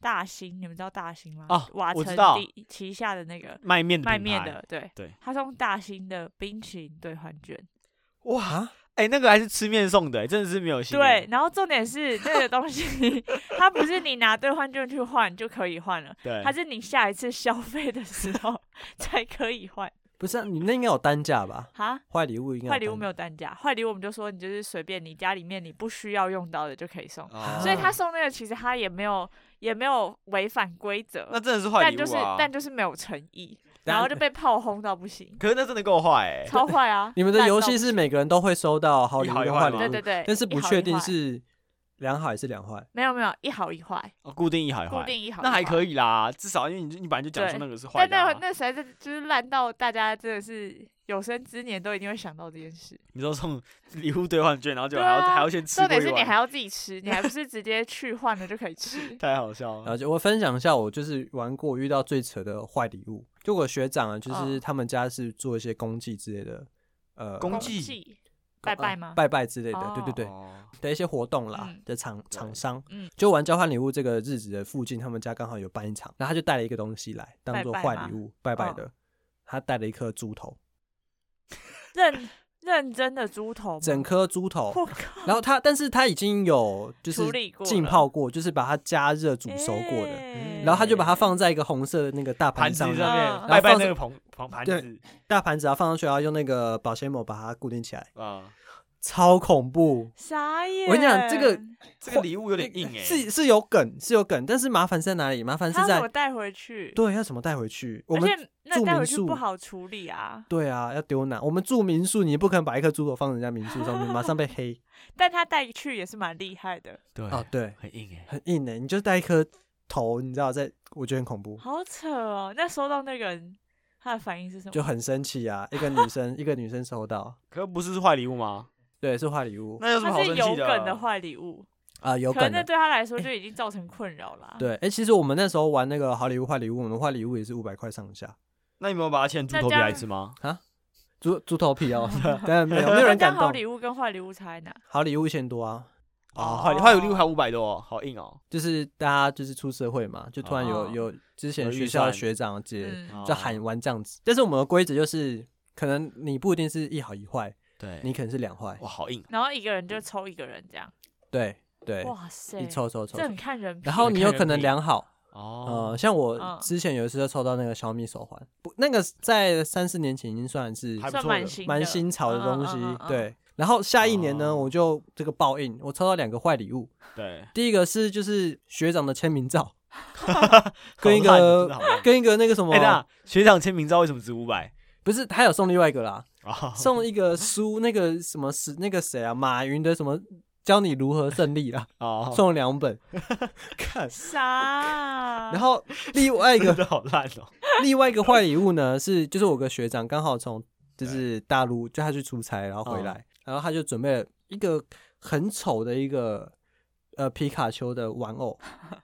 Speaker 2: 大兴，你们知道大兴吗？
Speaker 3: 啊
Speaker 2: 瓦
Speaker 3: 我知
Speaker 2: 城
Speaker 3: 道
Speaker 2: 地旗下的那个
Speaker 3: 卖面的
Speaker 2: 卖
Speaker 3: 品
Speaker 2: 面
Speaker 3: 牌，
Speaker 2: 的，对
Speaker 3: 对
Speaker 2: 他送大兴的冰淇淋兑换券，
Speaker 1: 哇，
Speaker 3: 哎，那个还是吃面送的，真的是没有心，
Speaker 2: 对，，然后重点是那个东西，它不是你拿兑换券去换就可以换了，
Speaker 3: 对，
Speaker 2: 它是你下一次消费的时
Speaker 1: [laughs]
Speaker 2: 候才可以换
Speaker 1: 不是、啊、你那应该有单价吧？
Speaker 2: 哈。
Speaker 1: 坏礼物应该
Speaker 2: 坏礼物没
Speaker 1: 有
Speaker 2: 有单价，坏礼物我们就说你就是随便你家里面你不需要用到的就可以送，
Speaker 1: 啊
Speaker 3: 哦
Speaker 2: 所以他送那个其实他也没有也没有违反规则，
Speaker 3: 那真的是坏
Speaker 2: 但
Speaker 3: 礼
Speaker 2: 就是
Speaker 3: 物啊，
Speaker 2: 但就是没有诚
Speaker 1: [laughs]
Speaker 2: 意，
Speaker 1: 单
Speaker 2: 然后就被炮轰到不行，
Speaker 3: 可是那真的够坏哎，
Speaker 2: 超坏啊！
Speaker 1: [laughs] 你们的
Speaker 2: 烂到
Speaker 1: 游戏是每个人都会收到好礼物
Speaker 3: 一好一
Speaker 1: 跟
Speaker 3: 坏
Speaker 1: 坏礼
Speaker 3: 吗
Speaker 1: 物，
Speaker 2: 对对对，
Speaker 1: 但是
Speaker 2: 一
Speaker 1: 不
Speaker 2: 好
Speaker 1: 确
Speaker 2: 一
Speaker 1: 定
Speaker 2: 坏
Speaker 1: 是良好还是两坏。
Speaker 2: 没有没有一好一坏，
Speaker 3: 哦固定一好一
Speaker 2: 固
Speaker 3: 坏，
Speaker 2: 定一好一坏，
Speaker 3: 那还可以啦，至少因为你你本来就讲说
Speaker 2: 对
Speaker 3: 那个是坏
Speaker 2: 但
Speaker 3: 的
Speaker 2: 那
Speaker 3: 啊，
Speaker 2: 会那实在是就是烂到大家真的是有生之年都一定会想到这件事。
Speaker 3: 你说送礼物兑换券，然后就
Speaker 2: 对
Speaker 3: 还要
Speaker 2: 啊
Speaker 3: 还要先吃
Speaker 2: 重
Speaker 3: 过
Speaker 2: 点
Speaker 3: 一
Speaker 2: 是你还
Speaker 3: 碗，。
Speaker 2: 要自己吃，你还不是直接去换了就可以吃
Speaker 1: [laughs]
Speaker 3: 太好笑
Speaker 1: 然后
Speaker 3: 了，
Speaker 1: 就我分享一下，我就是玩过遇到最扯的坏礼物。就我学长啊，就是
Speaker 2: 嗯
Speaker 1: 他们家是做一些公祭之类的，呃，
Speaker 3: 公祭
Speaker 2: 祭拜拜吗
Speaker 1: 呃拜拜之类的，对对
Speaker 2: 哦
Speaker 1: 对
Speaker 3: 哦
Speaker 1: 的一些活动啦
Speaker 2: 嗯
Speaker 1: 的厂厂商
Speaker 2: 嗯，
Speaker 1: 就玩交换礼物这个日子的附近，他们家刚好有办一场，然后他就带了一个东西来当做
Speaker 2: 拜拜
Speaker 1: 坏礼
Speaker 2: 吗
Speaker 1: 物，拜拜
Speaker 2: 嗯
Speaker 1: 的，他带了一颗猪头，
Speaker 2: 认认真的猪头吗，
Speaker 1: 整颗猪头，
Speaker 2: [laughs] 我靠，
Speaker 1: 然后他但是他已经有就是
Speaker 2: 处理过了
Speaker 1: 浸泡过，就是把它加热煮熟过的，
Speaker 2: 欸
Speaker 1: 然后他就把它放在一个红色的那个大
Speaker 3: 盘
Speaker 1: 盘
Speaker 3: 子上
Speaker 1: 上面，
Speaker 2: 然
Speaker 3: 面
Speaker 2: 后
Speaker 3: 拜拜
Speaker 1: 放
Speaker 3: 那个盘盘盘
Speaker 1: 对
Speaker 3: 子
Speaker 1: 大盘子啊放上去，然后用那个保鲜膜把它固定起来，
Speaker 3: 啊，
Speaker 1: 超恐怖。
Speaker 2: 傻眼。
Speaker 1: 我跟你讲这个
Speaker 3: 这个礼物有点硬哎，
Speaker 1: 是是有梗，是有梗，但是麻烦是在哪里？麻烦是
Speaker 2: 他怎
Speaker 1: 在
Speaker 2: 么带回去？
Speaker 1: 对要怎么带回去？我
Speaker 2: 而
Speaker 1: 们
Speaker 2: 且那
Speaker 1: 住
Speaker 2: 带
Speaker 1: 民
Speaker 2: 回去不
Speaker 1: 宿
Speaker 2: 好处理啊。
Speaker 1: 对啊，要丢哪？我们住民宿，你不可能把一颗猪头放人家民宿上面，马上
Speaker 2: [laughs]
Speaker 1: 被黑
Speaker 2: 但他带去也是蛮厉害的，
Speaker 3: 对
Speaker 1: 啊！对，
Speaker 3: 很硬哎，
Speaker 1: 很硬的、欸你就带一颗头，你知道在，我觉得很恐怖，
Speaker 2: 好扯哦。那收到那个人他的反应是什么？
Speaker 1: 就很生气啊！一个女生，一个女生收到，
Speaker 3: 可不是坏礼物吗？
Speaker 1: 对，是坏礼物
Speaker 3: 那有什么
Speaker 2: 他
Speaker 3: 好
Speaker 2: 是
Speaker 3: 生
Speaker 2: 有
Speaker 3: 气
Speaker 2: 梗的坏礼物，
Speaker 1: 啊、有
Speaker 2: 可能
Speaker 1: 梗
Speaker 2: 那
Speaker 1: 的。
Speaker 2: 对他来说就已经造成困扰啦。，
Speaker 1: 对，哎、其实我们那时候玩那个好礼物坏礼物，我们坏礼物也是五百块上下，
Speaker 3: 那你没有把它切成猪
Speaker 2: 那
Speaker 3: 头皮
Speaker 2: 这样
Speaker 3: 来吃吗？
Speaker 1: 猪猪头皮
Speaker 2: [laughs]
Speaker 1: 哦， [laughs] 当然没有，没有人
Speaker 2: 那
Speaker 1: 敢
Speaker 2: 好
Speaker 1: 动。
Speaker 2: 礼物跟坏礼物差在哪？
Speaker 1: 好礼物一千多啊，
Speaker 3: 啊，
Speaker 2: 哦
Speaker 3: 坏礼坏礼物还五百多，好硬哦。
Speaker 1: 就是大家就是出社会嘛，就突然有、
Speaker 2: 哦
Speaker 1: 有之前
Speaker 3: 有
Speaker 1: 学
Speaker 3: 预
Speaker 1: 校的
Speaker 3: 算
Speaker 1: 学长姐
Speaker 2: 嗯，
Speaker 3: 哦
Speaker 1: 就喊玩这样子，但是我们的规则就是，可能你不一定是一好一坏，
Speaker 3: 对，
Speaker 1: 你可能是两坏，
Speaker 3: 哇，好硬，啊
Speaker 2: 然后一个人就抽一个人这样，
Speaker 1: 对对，
Speaker 2: 哇塞，
Speaker 1: 一抽抽抽
Speaker 2: 这，很看人品。
Speaker 1: 然后你有可能两好，
Speaker 3: 哦，
Speaker 1: 呃，像我
Speaker 2: 嗯
Speaker 1: 之前有一次就抽到那个小米手环，不，那个在三四年前已经算是
Speaker 3: 还不
Speaker 2: 算
Speaker 3: 错的
Speaker 2: 蛮新的
Speaker 1: 蛮新潮的东
Speaker 2: 嗯嗯嗯
Speaker 1: 西
Speaker 2: 嗯，嗯
Speaker 1: 对。然后下一年呢，
Speaker 3: 哦
Speaker 1: 我就这个报应，我抽到两个坏礼物，
Speaker 3: 对，
Speaker 1: 第一个是就是学长的签名
Speaker 3: [laughs]
Speaker 1: 照，跟一
Speaker 3: 好烂真的
Speaker 1: 个
Speaker 3: 好烂。
Speaker 1: 跟一个那个什么
Speaker 3: 哎，，那学长签名照为什么值五百？
Speaker 1: 不是他有送另外一个啦，
Speaker 3: 啊，
Speaker 1: 送一个书，那个什么是那个谁啊，马云的什么教你如何胜利啦，
Speaker 3: 哦，
Speaker 1: 送了两本，看。
Speaker 2: 啥？
Speaker 1: 然后另外一
Speaker 3: 啊 [laughs] 真
Speaker 1: 个
Speaker 3: 的好烂哦。
Speaker 1: 另外一个坏礼物呢是，就是我个学长刚好从就是大陆，就他去出差，然后回来，
Speaker 3: 哦
Speaker 1: 然后他就准备了一个很丑的一个呃皮卡丘的玩偶，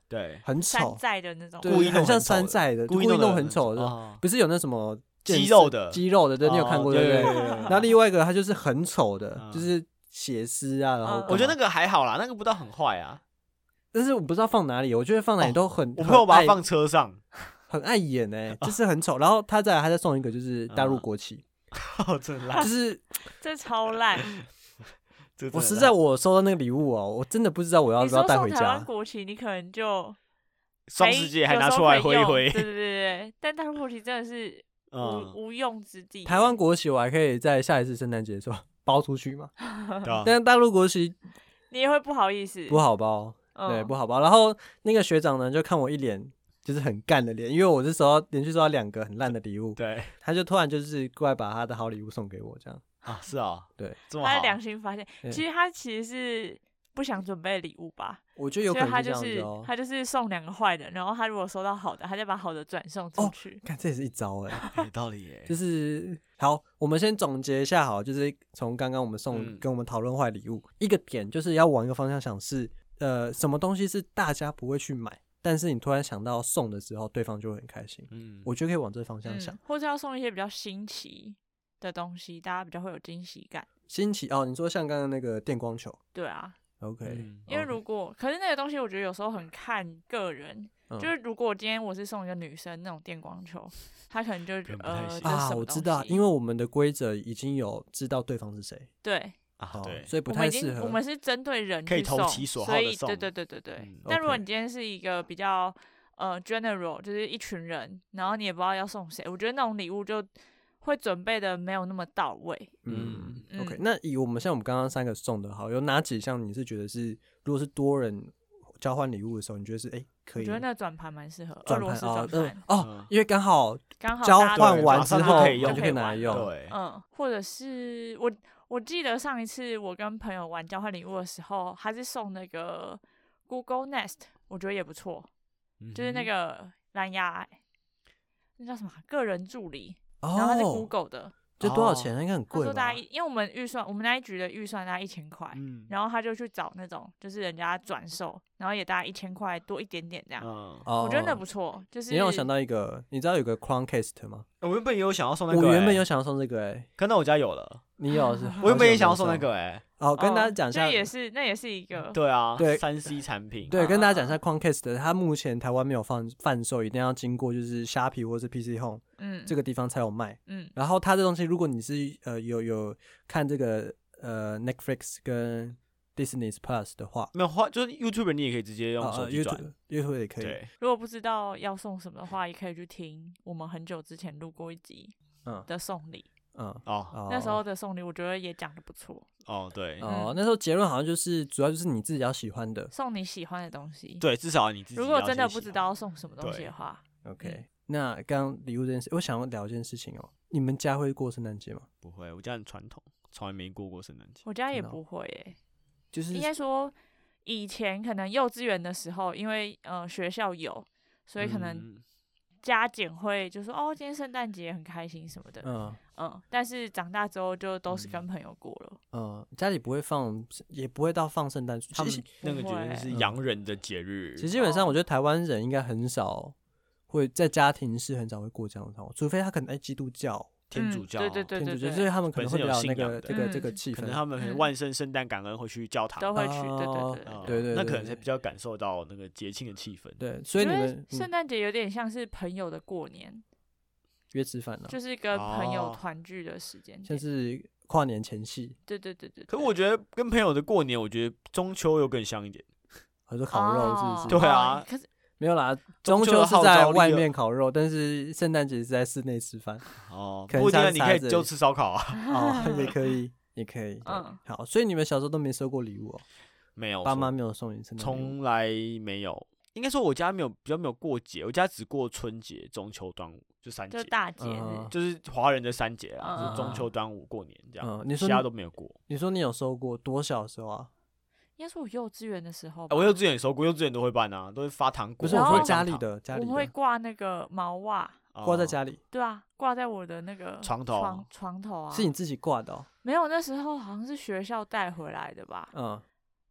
Speaker 3: 对，
Speaker 1: 很
Speaker 2: 山
Speaker 1: 丑，
Speaker 2: 寨的那种，
Speaker 1: 对
Speaker 3: 故意弄
Speaker 1: 很像
Speaker 3: 很丑的
Speaker 1: 山寨的，故意
Speaker 3: 得
Speaker 1: 弄很丑的，
Speaker 3: 哦
Speaker 1: 不是有那什么健
Speaker 3: 肌
Speaker 1: 身
Speaker 3: 肉的，
Speaker 1: 肌肉的，对，你有
Speaker 3: 哦
Speaker 1: 看过
Speaker 3: 对
Speaker 1: 对不
Speaker 3: 对
Speaker 1: 对？
Speaker 3: 对对对
Speaker 1: 然后另外一个他就是很丑的，
Speaker 3: 嗯
Speaker 1: 就是写诗啊，然后干
Speaker 2: 嗯
Speaker 1: 嘛
Speaker 3: 我觉得那个还好啦，那个不到很坏啊。
Speaker 1: 但是我不知道放哪里，我觉得
Speaker 3: [laughs]
Speaker 1: 放哪里都很，
Speaker 3: 我
Speaker 1: 很
Speaker 3: 朋友把
Speaker 1: 碍
Speaker 3: 它放车上， [laughs]
Speaker 1: 很碍眼哎、就是很丑。然后他再来，他再送一个就是大陆
Speaker 3: 嗯
Speaker 1: 国
Speaker 3: [laughs]
Speaker 1: 旗，
Speaker 3: 哦，真
Speaker 1: 就
Speaker 3: 烂！
Speaker 1: 是
Speaker 2: 这超烂。
Speaker 3: 这真的
Speaker 1: 我
Speaker 3: 烂
Speaker 1: 实在我收到那个礼物哦，我真的不知道我要
Speaker 2: 你
Speaker 1: 不要
Speaker 2: 说
Speaker 1: 带
Speaker 2: 送
Speaker 1: 回
Speaker 2: 台湾
Speaker 1: 家。
Speaker 2: 国旗，你可能就
Speaker 3: 双十节还
Speaker 2: 有
Speaker 3: 拿
Speaker 2: 时候
Speaker 3: 出
Speaker 2: 可
Speaker 3: 来
Speaker 2: 以
Speaker 3: 挥一
Speaker 2: 用
Speaker 3: 挥
Speaker 2: 对，对对对，但大陆国旗真的是
Speaker 3: 嗯，
Speaker 2: 无无用之地。
Speaker 1: 台湾国旗我还可以在下一次圣诞节的时候 [laughs] 包出去嘛，
Speaker 3: 对啊
Speaker 1: 但是大陆国旗
Speaker 2: 你也会不好意思，
Speaker 1: 不好包，
Speaker 2: 嗯
Speaker 1: 对，不好包。然后那个学长呢，就看我一脸就是很干的脸，因为我是收到连续收到两个很烂的礼物，
Speaker 3: 对
Speaker 1: 他就突然就是过来把他的好礼物送给我，这样
Speaker 3: 啊，是啊，
Speaker 1: 对，
Speaker 3: 这么
Speaker 2: 他
Speaker 3: 好
Speaker 2: 的，良心发现，
Speaker 1: 对
Speaker 2: 其实他其实是不想准备礼物吧，
Speaker 1: 我觉得有
Speaker 2: 所
Speaker 1: 可
Speaker 2: 以他
Speaker 1: 能
Speaker 2: 就
Speaker 1: 这样
Speaker 2: 是
Speaker 1: 子哦。 [laughs]
Speaker 2: 他就是送两个坏的，然后他如果收到好的，他再把好的转送出
Speaker 1: 哦
Speaker 2: 去。
Speaker 1: 看这也是一招哎、 [laughs]
Speaker 3: 有道理耶
Speaker 1: 就，是好，我们先总结一下，好，就是从刚刚我们送、
Speaker 3: 嗯
Speaker 1: 跟我们讨论坏礼物，一个点就是要往一个方向想是，呃，什么东西是大家不会去买，但是你突然想到送的时候，对方就会很开心。
Speaker 3: 嗯，
Speaker 1: 我觉得可以往这方向想
Speaker 2: 嗯，，或者要送一些比较新奇的东西，大家比较会有惊喜感。
Speaker 1: 新奇哦。你说像刚刚那个电光球
Speaker 2: 对啊，
Speaker 1: 哦，OK，、
Speaker 3: 嗯
Speaker 2: 因为如果可是那个东西，我觉得有时候很看个人。
Speaker 1: 嗯
Speaker 2: 就是如果今天我是送一个女生那种电光球，她可能就
Speaker 3: 可能不
Speaker 2: 呃
Speaker 3: 太行
Speaker 2: 这是
Speaker 1: 啊，
Speaker 2: 什么
Speaker 1: 我
Speaker 2: 东
Speaker 1: 知道，
Speaker 2: 西
Speaker 1: 因为我们的规则已经有知道对方是谁，
Speaker 2: 对，
Speaker 3: 啊
Speaker 1: 哦，
Speaker 3: 对，
Speaker 1: 所以不
Speaker 2: 我
Speaker 1: 太
Speaker 2: 们已
Speaker 1: 适
Speaker 2: 经
Speaker 1: 合。
Speaker 2: 我们是针对人
Speaker 3: 可以
Speaker 2: 去
Speaker 3: 投
Speaker 2: 送
Speaker 3: 其所好
Speaker 2: 所
Speaker 3: 地
Speaker 2: 以对
Speaker 3: 送
Speaker 2: 对对对对。
Speaker 3: 嗯
Speaker 2: 但如果
Speaker 1: OK
Speaker 2: 你今天是一个比较呃 general，就是一群人，然后你也不知道要送谁，我觉得那种礼物就会准备的没有那么到位。
Speaker 1: 嗯
Speaker 2: 嗯
Speaker 1: ，OK，那以我们像我们刚刚三个送的好，有哪几项你是觉得是，如果是多人交换礼物的时候，你觉得是哎、可
Speaker 2: 我
Speaker 1: 以
Speaker 2: 觉得那转盘蛮适合俄
Speaker 1: 转
Speaker 2: 罗
Speaker 1: 盘
Speaker 2: 斯
Speaker 1: 啊
Speaker 2: 转，
Speaker 1: 嗯
Speaker 2: 盘，
Speaker 1: 哦
Speaker 3: 嗯，
Speaker 1: 因为刚好
Speaker 2: 刚好
Speaker 1: 交
Speaker 2: 大家都
Speaker 1: 换
Speaker 2: 有
Speaker 1: 完
Speaker 2: 转
Speaker 1: 之
Speaker 3: 马上
Speaker 2: 盘
Speaker 1: 后，
Speaker 3: 可以
Speaker 1: 我
Speaker 3: 用
Speaker 1: 就
Speaker 2: 可
Speaker 1: 以拿来
Speaker 2: 玩
Speaker 1: 用。
Speaker 3: 对，
Speaker 2: 嗯，或者是我我记得上一次我跟朋友玩交换礼物的时候，他是送那个 Google Nest，我觉得也不错，
Speaker 3: 嗯
Speaker 2: 就是
Speaker 1: 嗯
Speaker 2: 那个蓝牙，那叫什么啊个人助理，然后它是
Speaker 1: 哦，
Speaker 2: Google 的，
Speaker 1: 这多少钱啊？应该很
Speaker 2: 他
Speaker 1: 贵
Speaker 2: 说大
Speaker 1: 吧
Speaker 2: 概一，？因为我们预算我们那一局的预算大概一千块，
Speaker 3: 嗯
Speaker 2: 然后他就去找那种就是人家转售，然后也大概一千块多一点点这样，
Speaker 3: 嗯，
Speaker 1: 哦，
Speaker 2: 我觉得那
Speaker 1: 哦
Speaker 2: 不错，就是
Speaker 1: 你让我想到一个，你知道有个 Croncast 吗？
Speaker 3: 我原本也有想要送那个
Speaker 1: 我
Speaker 3: 欸，
Speaker 1: 原本有想要送这个，哎，
Speaker 3: 看到我家有了，
Speaker 1: 你有
Speaker 2: [laughs]
Speaker 1: 是？
Speaker 3: 我原本也
Speaker 1: 好像有
Speaker 3: 想要送那
Speaker 1: 没有。
Speaker 3: 个，哎，
Speaker 1: 哦，跟
Speaker 2: 哦
Speaker 1: 大家讲一下
Speaker 2: 这，也是那也是一个
Speaker 3: 对啊，
Speaker 1: 对
Speaker 3: 三 C 产品，
Speaker 1: 对，跟大家讲一下
Speaker 2: 啊
Speaker 1: Croncast，它目前台湾没有放贩售，一定要经过就是虾皮或是 PC Home
Speaker 2: 嗯
Speaker 1: 这个地方才有卖。
Speaker 2: 嗯
Speaker 1: 然后它这东西，如果你是呃有有看这个呃 Netflix 跟 Disney Plus 的话，
Speaker 3: 没有话就是 YouTube 你也可以直接用
Speaker 1: 啊
Speaker 3: 手
Speaker 1: 呃
Speaker 3: 机转，
Speaker 1: YouTube YouTube 也可以，
Speaker 3: 对，
Speaker 2: 如果不知道要送什么的话，也可以去听我们很久之前录过一集
Speaker 1: 嗯
Speaker 2: 的送礼，
Speaker 1: 嗯。
Speaker 3: 哦
Speaker 1: 哦
Speaker 2: 那时候的送礼我觉得也讲的不错，
Speaker 3: 哦对
Speaker 1: 哦
Speaker 2: 嗯，
Speaker 1: 那时候结论好像就是，主要就是你自己要喜欢的。
Speaker 2: 送你喜欢的东西。
Speaker 3: 对，至少你自己
Speaker 2: 如果
Speaker 3: 要
Speaker 2: 真的
Speaker 3: 先
Speaker 2: 不
Speaker 3: 喜
Speaker 2: 知
Speaker 3: 欢
Speaker 2: 道要送什么东西
Speaker 3: 对
Speaker 2: 的话，
Speaker 1: OK，那刚刚礼物这件事，我想要聊一件事情哦。你们家会过圣诞节吗？
Speaker 3: 不会，我家很传统，从来没过过圣诞节。
Speaker 2: 我家也
Speaker 1: 真的哦
Speaker 2: 不会耶。
Speaker 1: 就是
Speaker 2: 应该说以前可能幼稚园的时候，因为呃学校有，所以可能
Speaker 3: 嗯
Speaker 2: 加减会就说哦，今天圣诞节很开心什么的，
Speaker 1: 嗯
Speaker 2: 嗯。但是长大之后就都是跟
Speaker 3: 嗯
Speaker 2: 朋友过了，
Speaker 1: 嗯，家里不会放，也不会到放圣诞树。其
Speaker 3: 他们
Speaker 1: 实
Speaker 3: 那个
Speaker 2: 不
Speaker 3: 绝对
Speaker 2: 会
Speaker 3: 是
Speaker 1: 嗯
Speaker 3: 洋人的节日，
Speaker 1: 其实基本上，
Speaker 2: 哦
Speaker 1: 我觉得台湾人应该很少会在家庭是很少会过这样的生活，除非他可能哎基督教、
Speaker 3: 天
Speaker 2: 嗯
Speaker 3: 主教，
Speaker 2: 对对对
Speaker 1: 天主
Speaker 2: 对
Speaker 1: 教，
Speaker 2: 对
Speaker 1: 所以他们可能
Speaker 3: 本
Speaker 1: 会
Speaker 3: 身
Speaker 1: 比
Speaker 3: 有
Speaker 1: 较那
Speaker 3: 信仰
Speaker 1: 个
Speaker 3: 的
Speaker 1: 这个这
Speaker 2: 嗯
Speaker 1: 个气
Speaker 3: 可
Speaker 1: 氛
Speaker 3: 能。他们可能
Speaker 2: 嗯
Speaker 3: 万圣、圣诞、感恩会去教堂，
Speaker 2: 都会去，对
Speaker 1: 哦
Speaker 2: 对对
Speaker 3: 嗯
Speaker 2: 对。
Speaker 1: 对对
Speaker 3: 那
Speaker 1: 对
Speaker 3: 可能
Speaker 1: 对
Speaker 3: 才比较感受到那个节庆的气氛。
Speaker 1: 对，所以你
Speaker 2: 因为
Speaker 1: 们
Speaker 2: 圣
Speaker 1: 嗯
Speaker 2: 诞节有点像是朋友的过年，
Speaker 1: 约吃饭呢，
Speaker 2: 就是跟朋友
Speaker 3: 哦
Speaker 2: 团聚的时间
Speaker 1: 嗯像
Speaker 2: 点。
Speaker 1: 是跨年前夕，
Speaker 2: 对对对对。
Speaker 3: 可
Speaker 2: 对
Speaker 3: 我觉得跟朋友的过年，我觉得中秋又更香一点。
Speaker 1: 很多烤肉是不
Speaker 2: 哦
Speaker 1: 是？
Speaker 3: 对啊
Speaker 2: 哦可是
Speaker 1: 没有啦，
Speaker 3: 中
Speaker 1: 中
Speaker 3: 秋
Speaker 1: 秋
Speaker 3: 的
Speaker 1: 是
Speaker 3: 号
Speaker 1: 在
Speaker 3: 召力
Speaker 1: 外
Speaker 3: 啊
Speaker 1: 面烤肉，但是圣诞节是在室内吃
Speaker 3: [laughs]
Speaker 1: 饭
Speaker 3: 哦，
Speaker 1: 可能
Speaker 3: 不一定啊，
Speaker 1: 像
Speaker 3: 你
Speaker 1: 沙
Speaker 3: 可以
Speaker 1: 子
Speaker 3: 就吃烧烤啊。 [laughs]
Speaker 1: 哦，也可以，也可以。
Speaker 2: 嗯，
Speaker 1: 好，所以你们小时候都没收过礼物哦，
Speaker 3: 没有，
Speaker 1: 爸妈没有送你圣诞礼物
Speaker 3: 从来没有。应该说我家没有比较没有过节，我家只过春节、中秋、端午就三节
Speaker 2: 就，大节
Speaker 1: 嗯
Speaker 2: 日，
Speaker 3: 就是华人的三节
Speaker 2: 嗯
Speaker 3: 啊，就是中秋、端午、过年这样。
Speaker 1: 嗯，你说
Speaker 3: 其他
Speaker 1: 你
Speaker 3: 都没有过。
Speaker 1: 你说你有收过多小的时候啊？
Speaker 2: 应该是我幼稚园的时候吧。
Speaker 3: 啊我幼稚园也收过，幼稚园都会办啊，都会发糖哦
Speaker 1: 不
Speaker 3: 果。
Speaker 1: 是
Speaker 2: 然
Speaker 1: 我
Speaker 2: 后
Speaker 1: 说
Speaker 2: 我
Speaker 1: 家里的家
Speaker 2: 我
Speaker 1: 里
Speaker 2: 们会
Speaker 1: 的
Speaker 2: 挂那个毛袜，
Speaker 1: 挂在家
Speaker 3: 里，
Speaker 1: 里，
Speaker 2: 对啊，挂在我的那个
Speaker 3: 床头
Speaker 2: 床床头啊。
Speaker 1: 是你自己挂的哦。
Speaker 2: 没有，那时候好像是学校带回来的吧，
Speaker 1: 嗯，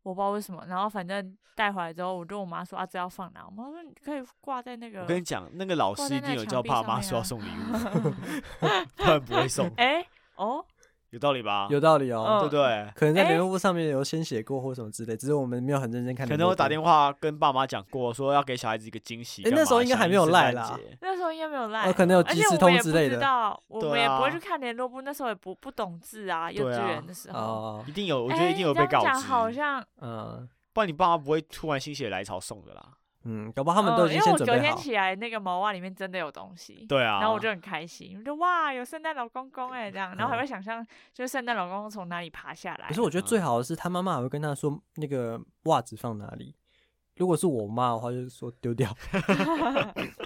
Speaker 2: 我不知道为什么。然后反正带回来之后，我跟我妈说啊，这要放哪？我妈说你可以挂在那
Speaker 3: 我
Speaker 2: 个。
Speaker 3: 跟你讲，那个老
Speaker 2: 挂
Speaker 3: 师
Speaker 2: 在
Speaker 3: 一定
Speaker 2: 那
Speaker 3: 有
Speaker 2: 墙
Speaker 3: 叫
Speaker 2: 壁啊
Speaker 3: 爸
Speaker 2: 上
Speaker 3: 妈
Speaker 2: 面
Speaker 3: 说要
Speaker 2: 啊 [laughs]。
Speaker 3: 送礼物，不然不会送
Speaker 2: 哎、哦，
Speaker 3: 有道理吧？
Speaker 1: 有道理哦。
Speaker 3: 对不
Speaker 2: 嗯，
Speaker 3: 对？
Speaker 1: 可能在
Speaker 2: 哎
Speaker 1: 联络簿上面有先写过或什么之类，只是我们没有很认真看。
Speaker 3: 可能我打电话跟爸妈讲过，说要给小孩子一个惊喜
Speaker 1: 诶
Speaker 3: 干嘛。
Speaker 1: 那时候应该还没有
Speaker 3: 赖
Speaker 1: 赖啦
Speaker 2: 那时候应该没有赖
Speaker 1: 哦，，可能有
Speaker 2: 而
Speaker 1: 即
Speaker 2: 且
Speaker 1: 时
Speaker 2: 我们
Speaker 1: 通
Speaker 2: 也不
Speaker 1: 之类
Speaker 2: 知
Speaker 1: 的。
Speaker 2: 道，我
Speaker 3: 对
Speaker 2: 们也不会
Speaker 3: 啊
Speaker 2: 去看联络簿，那时候也不不懂字啊，幼
Speaker 3: 对
Speaker 2: 稚
Speaker 3: 啊
Speaker 2: 园的时候。
Speaker 1: 哦
Speaker 3: 一，定有，我
Speaker 2: 哎，
Speaker 3: 觉得一定有
Speaker 2: 这样
Speaker 3: 被告
Speaker 2: 讲好
Speaker 3: 知，
Speaker 2: 像，
Speaker 1: 嗯
Speaker 3: 不然你爸妈不会突然心血来潮送的啦。
Speaker 1: 嗯，搞不好他们都
Speaker 2: 嗯
Speaker 1: 已经
Speaker 2: 因为
Speaker 1: 先
Speaker 2: 我
Speaker 1: 准
Speaker 2: 隔
Speaker 1: 备
Speaker 2: 天
Speaker 1: 好。
Speaker 2: 起来，那个毛袜里面真的有东西。
Speaker 3: 对啊，
Speaker 2: 然后我就很开心，我就哇有圣诞老公公哎、这样，然后还
Speaker 1: 嗯
Speaker 2: 会想象就是圣诞老公公从哪里爬下来
Speaker 1: 可。是我觉得最好的是他妈妈还会跟他说那个袜子放哪里。如果是我妈的话，就是说丢
Speaker 2: [laughs]
Speaker 1: 掉， [laughs]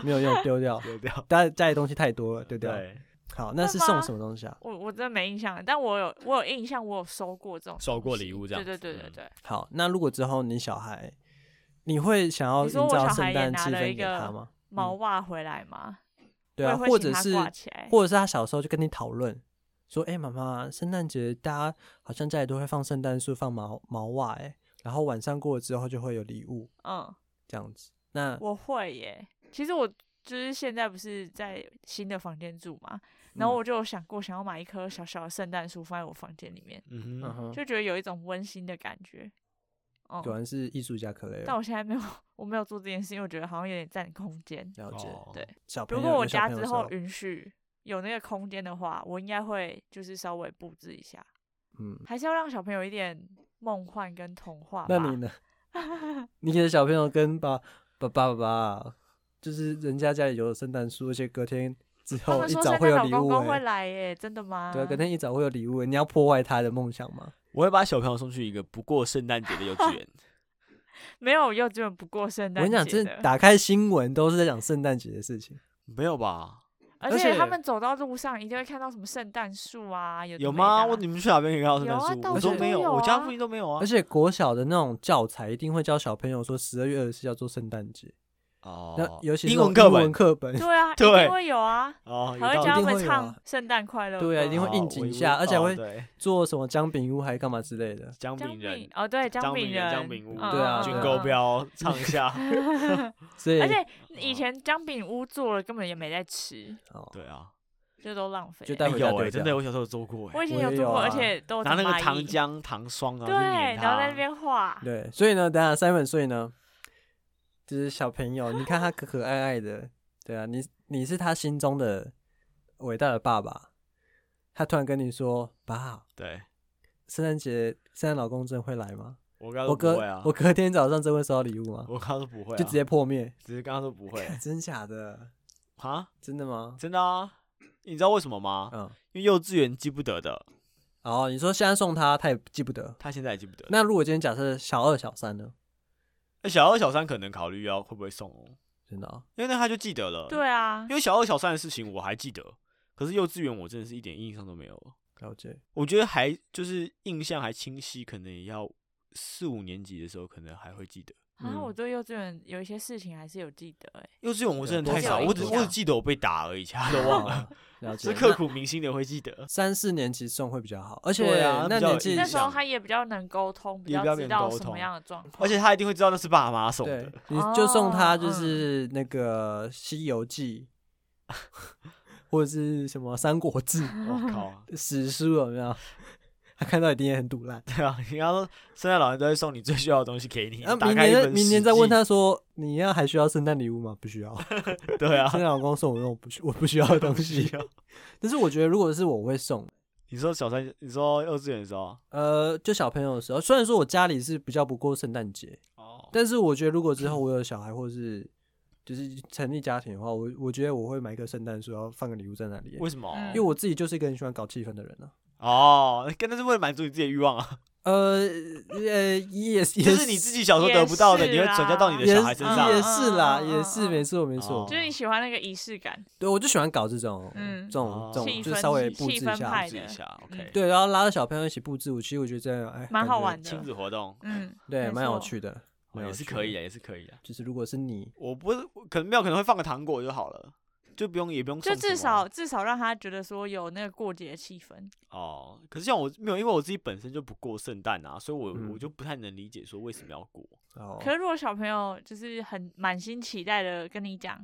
Speaker 1: 没有用，丢掉。
Speaker 3: 丢掉。
Speaker 1: 家家里东西太多了，丢掉。
Speaker 3: 对，
Speaker 1: 好，那是送什么东西啊？
Speaker 2: 我我真的没印象了，但我有我有印象，我有收过这种
Speaker 3: 收过
Speaker 2: 东西
Speaker 3: 礼物这样
Speaker 2: 对对
Speaker 3: 子
Speaker 2: 对对
Speaker 3: 嗯
Speaker 2: 对。
Speaker 1: 好，那如果之后你小孩，你会想要
Speaker 2: 你
Speaker 1: 营
Speaker 2: 说我小
Speaker 1: 造
Speaker 2: 孩
Speaker 1: 圣
Speaker 2: 也
Speaker 1: 诞
Speaker 2: 拿
Speaker 1: 气
Speaker 2: 了一
Speaker 1: 氛给
Speaker 2: 个
Speaker 1: 他吗？
Speaker 2: 毛
Speaker 3: 嗯
Speaker 2: 袜回来吗？
Speaker 1: 对
Speaker 2: 我
Speaker 1: 啊，
Speaker 2: 也会
Speaker 1: 或
Speaker 2: 请
Speaker 1: 者
Speaker 2: 他
Speaker 1: 是
Speaker 2: 挂起来。
Speaker 1: 或者是他小时候就跟你讨论说：“哎、妈妈，圣诞节大家好像家里都会放圣诞树、放毛毛袜，哎，然后晚上过了之后就会有礼物
Speaker 2: 嗯，
Speaker 1: 这样子。”那
Speaker 2: 我会耶。其实我就是现在不是在新的房间住嘛，然后
Speaker 3: 嗯
Speaker 2: 我就有想过想要买一棵小小的圣诞树放在我房间里面，
Speaker 3: 嗯啊
Speaker 1: 嗯
Speaker 3: 哼，
Speaker 1: 哼，
Speaker 2: 就觉得有一种温馨的感觉。嗯，
Speaker 1: 果然是艺术家可雷
Speaker 2: 但
Speaker 1: 了，
Speaker 2: 我现在没有，我没有做这件事，因为我觉得好像有点占空间。
Speaker 1: 了解。
Speaker 3: 哦
Speaker 2: 对
Speaker 1: 小朋
Speaker 2: 如
Speaker 1: 友
Speaker 2: 果我
Speaker 1: 有小
Speaker 2: 家
Speaker 1: 朋友
Speaker 2: 之
Speaker 1: 的时
Speaker 2: 后
Speaker 1: 候
Speaker 2: 允许有那个空间的话，我应该会就是稍微布置一下，
Speaker 1: 嗯，
Speaker 2: 还是要让小朋友一点梦幻跟童话吧。
Speaker 1: 那你哦呢？你给小朋友跟爸爸爸爸，就是人家家里有圣诞树，而且隔天之
Speaker 2: 他
Speaker 1: 后
Speaker 2: 们
Speaker 1: 一
Speaker 2: 说
Speaker 1: 早
Speaker 2: 圣
Speaker 1: 会有
Speaker 2: 诞老
Speaker 1: 礼
Speaker 2: 公
Speaker 1: 物、
Speaker 2: 公会
Speaker 1: 欸，
Speaker 2: 来耶，真的吗？
Speaker 1: 对啊，隔天一早会有礼物欸、你要破坏他的梦想吗？
Speaker 3: 我会把小朋友送去一个不过圣诞节的幼稚
Speaker 2: [laughs]
Speaker 3: 园。
Speaker 2: 没有幼稚园不过圣
Speaker 1: 我
Speaker 2: 诞
Speaker 1: 跟你讲，
Speaker 2: 节
Speaker 1: 这
Speaker 2: 的，
Speaker 1: 打开新闻都是在讲圣诞节的事情。
Speaker 3: 没有吧？
Speaker 2: 而
Speaker 1: 而
Speaker 2: 且
Speaker 1: 且
Speaker 2: 他们走到路上一定会看到什么圣诞树啊，有的
Speaker 3: 有
Speaker 2: 没的啊
Speaker 3: 吗？我你们去哪边可以看到圣诞
Speaker 2: 有啊
Speaker 3: 树？
Speaker 2: 到
Speaker 3: 我
Speaker 1: 处
Speaker 3: 都没
Speaker 2: 都有
Speaker 3: 我家
Speaker 2: 啊
Speaker 3: 附近都没有啊
Speaker 1: 而。且国小的那种教材一定会教小朋友说十二月二十四叫做圣诞节，
Speaker 3: 哦
Speaker 1: 那，尤其是
Speaker 3: 英
Speaker 1: 那种
Speaker 3: 文课
Speaker 1: 英文
Speaker 3: 本
Speaker 1: 课
Speaker 2: [laughs]
Speaker 1: 本，
Speaker 2: 对
Speaker 3: [laughs]
Speaker 2: 啊，一
Speaker 3: 对
Speaker 2: 定会有啊，
Speaker 3: 哦，有
Speaker 2: 还
Speaker 3: 道
Speaker 2: 会
Speaker 3: 理
Speaker 2: 教他
Speaker 1: 一定
Speaker 2: 们
Speaker 1: 会有
Speaker 2: 唱
Speaker 1: 啊
Speaker 2: 圣诞快乐歌，
Speaker 1: 对啊一定会
Speaker 3: 哦
Speaker 1: 应
Speaker 3: 我
Speaker 1: 景
Speaker 3: 以
Speaker 1: 一
Speaker 3: 为
Speaker 1: 下而且还
Speaker 3: 哦
Speaker 1: 会
Speaker 3: 对
Speaker 1: 做什么姜饼屋还干嘛之类的。
Speaker 3: 姜
Speaker 2: 姜
Speaker 3: 饼人
Speaker 2: 饼、哦，对，姜
Speaker 3: 姜
Speaker 2: 饼
Speaker 3: 饼
Speaker 2: 人，
Speaker 3: 人、姜饼屋、
Speaker 2: 嗯嗯
Speaker 1: 对啊
Speaker 3: 军
Speaker 1: 对啊
Speaker 3: 钩。标唱
Speaker 1: [laughs]
Speaker 3: 一下。
Speaker 1: 所以
Speaker 2: 而且以前姜饼屋做了根本也没在吃，
Speaker 1: 哦，
Speaker 3: 对啊，
Speaker 2: 就都浪费
Speaker 1: 就
Speaker 2: 了。
Speaker 1: 带回家
Speaker 3: 有
Speaker 1: 丢
Speaker 3: 哎，真的，
Speaker 1: 掉。
Speaker 3: 我小时候有做过
Speaker 2: 我
Speaker 3: 哎，
Speaker 2: 以前
Speaker 1: 我
Speaker 2: 有
Speaker 1: 也
Speaker 2: 做
Speaker 1: 有
Speaker 2: 过，
Speaker 1: 啊
Speaker 2: 而且都有
Speaker 3: 拿那个
Speaker 2: 蚂蚁
Speaker 3: 糖浆、糖霜啊，
Speaker 2: 对，然后在那边画，
Speaker 1: 对，所以呢，等一下 Simon，所以呢，就是小朋友，你看他可可爱爱的，对啊，你你是他心中的伟大的爸爸，他突然跟你说：“爸，
Speaker 3: 对
Speaker 1: 圣诞节圣诞老公真会来吗？”
Speaker 3: 我刚
Speaker 1: 我
Speaker 3: 刚不
Speaker 1: 隔
Speaker 3: 会啊，
Speaker 1: 我隔天早上真会收到礼物吗？
Speaker 3: 我刚刚说不会啊，
Speaker 1: 就直接破灭，
Speaker 3: 直接刚刚说不会 [laughs]
Speaker 1: 真假的？
Speaker 3: 啊，
Speaker 1: 真的吗？
Speaker 3: 真的哦啊。你知道为什么吗？
Speaker 1: 嗯，
Speaker 3: 因为幼稚园记不得的，
Speaker 1: 哦，你说现在送他，他也记不得。
Speaker 3: 他现在也记不得。
Speaker 1: 那如果今天假设小二、小三呢？
Speaker 3: 那小二、小三可能考虑要会不会送哦，
Speaker 1: 真的、哦，
Speaker 3: 因为那他就记得了。，
Speaker 2: 对啊
Speaker 3: 因，为小二、小三的事情我还记得，可是幼稚园我真的是一点印象都没有。
Speaker 1: 了解。
Speaker 3: 我觉得还就是印象还清晰，可能也要四五年级的时候，可能还会记得。
Speaker 2: 啊，
Speaker 1: 嗯
Speaker 2: 我对幼稚园有一些事情还是有记得哎、
Speaker 3: 幼稚园我真的太
Speaker 2: 对
Speaker 3: 少，
Speaker 2: 多少
Speaker 3: 我只
Speaker 2: 印象
Speaker 3: 我只记得我被打而已，其
Speaker 1: [laughs]
Speaker 3: 他都忘了，
Speaker 1: 了解。
Speaker 3: 是刻
Speaker 1: 那
Speaker 3: 骨铭心的会记得。
Speaker 1: 三四年级送会比较好，而且
Speaker 3: 对啊
Speaker 1: 那
Speaker 3: 比较有
Speaker 1: 年纪
Speaker 3: 印
Speaker 2: 那时候
Speaker 3: 象
Speaker 2: 他也比较能沟通，比
Speaker 3: 也比
Speaker 2: 较
Speaker 3: 较
Speaker 2: 知
Speaker 3: 能
Speaker 2: 道
Speaker 3: 沟
Speaker 2: 什么
Speaker 3: 通
Speaker 2: 样的状况。
Speaker 3: 而且他一定会知道那是爸妈送
Speaker 1: 对
Speaker 3: 的，，
Speaker 1: 你就送他就
Speaker 2: 哦
Speaker 1: 是那个《西游记》
Speaker 3: [laughs]
Speaker 1: 或者是什么《三国志》
Speaker 3: 我、靠！
Speaker 1: 史书有没有？他看到一定也很堵烂。
Speaker 3: 对啊，你刚说圣诞老人都会送你最需要的东西给
Speaker 1: [laughs]
Speaker 3: 你，
Speaker 1: 然后
Speaker 3: 打
Speaker 1: 明
Speaker 3: 开一
Speaker 1: 年
Speaker 3: 本
Speaker 1: 明
Speaker 3: 史
Speaker 1: 年再问
Speaker 3: 记，
Speaker 1: 他说，你要还需要圣诞礼物吗？不需要。
Speaker 3: [laughs] 对
Speaker 1: [laughs]
Speaker 3: 啊
Speaker 1: 圣，诞老公送我那种不需我不需要的
Speaker 3: [laughs]
Speaker 1: 东西。但是我觉得如果是我会送，
Speaker 3: 你说小三，你说幼稚园的时候，
Speaker 1: 呃，就小朋友的时候，虽然说我家里是比较不过圣诞节，
Speaker 3: 哦，
Speaker 1: 但是我觉得如果之后我有小孩或是就是成立家庭的话，我我觉得我会买一棵圣诞树，然后放个礼物在那里，
Speaker 3: 为什么？
Speaker 2: 嗯
Speaker 1: 因为我自己就是一个很喜欢搞气氛的人啊。
Speaker 3: 哦，跟那是为了满足你自己的欲望啊，
Speaker 1: 呃呃，也也
Speaker 3: 就是你自己小时候得不到的，
Speaker 2: 也
Speaker 3: 你
Speaker 2: 是
Speaker 3: 会
Speaker 2: 啦
Speaker 3: 转嫁到你
Speaker 1: 也
Speaker 3: 的小孩身上啊
Speaker 1: 是也。是啦，
Speaker 2: 嗯嗯嗯
Speaker 1: 也是
Speaker 2: 嗯
Speaker 1: 没错没错
Speaker 3: 哦
Speaker 2: 就。是你喜欢那个仪式感，
Speaker 1: 对，我就喜欢搞这种，
Speaker 2: 嗯
Speaker 1: 这种
Speaker 3: 哦
Speaker 1: 这种，
Speaker 2: 气
Speaker 1: 就
Speaker 2: 氛
Speaker 1: 稍微
Speaker 2: 气
Speaker 1: 布置
Speaker 2: 气
Speaker 1: 一
Speaker 2: 氛
Speaker 1: 下
Speaker 2: 派，
Speaker 3: 自己一下
Speaker 2: 嗯
Speaker 3: ，OK，
Speaker 1: 对，然后拉着小朋友一起布置，我其实我觉得这样哎，
Speaker 2: 蛮
Speaker 1: 感
Speaker 2: 好
Speaker 1: 觉
Speaker 2: 玩的
Speaker 3: 亲子活动
Speaker 2: 嗯，
Speaker 1: 对，
Speaker 2: 没
Speaker 1: 蛮有
Speaker 2: 错
Speaker 1: 趣的，蛮有
Speaker 3: 哦也是
Speaker 1: 趣
Speaker 3: 可以
Speaker 1: 的。
Speaker 3: 的，也是可以的。
Speaker 1: 就是如果是你，
Speaker 3: 我不是，我可能没有，可能会放个糖果就好了，就不用也不用
Speaker 2: 就
Speaker 3: 送什么啊
Speaker 2: 至少至少让他觉得说有那个过节的气氛。
Speaker 3: 哦。可是像我没有，因为我自己本身就不过圣诞啊，所以我、
Speaker 1: 嗯
Speaker 3: 我就不太能理解说为什么要过。
Speaker 1: 哦，
Speaker 2: 可是如果小朋友就是很满心期待的跟你讲，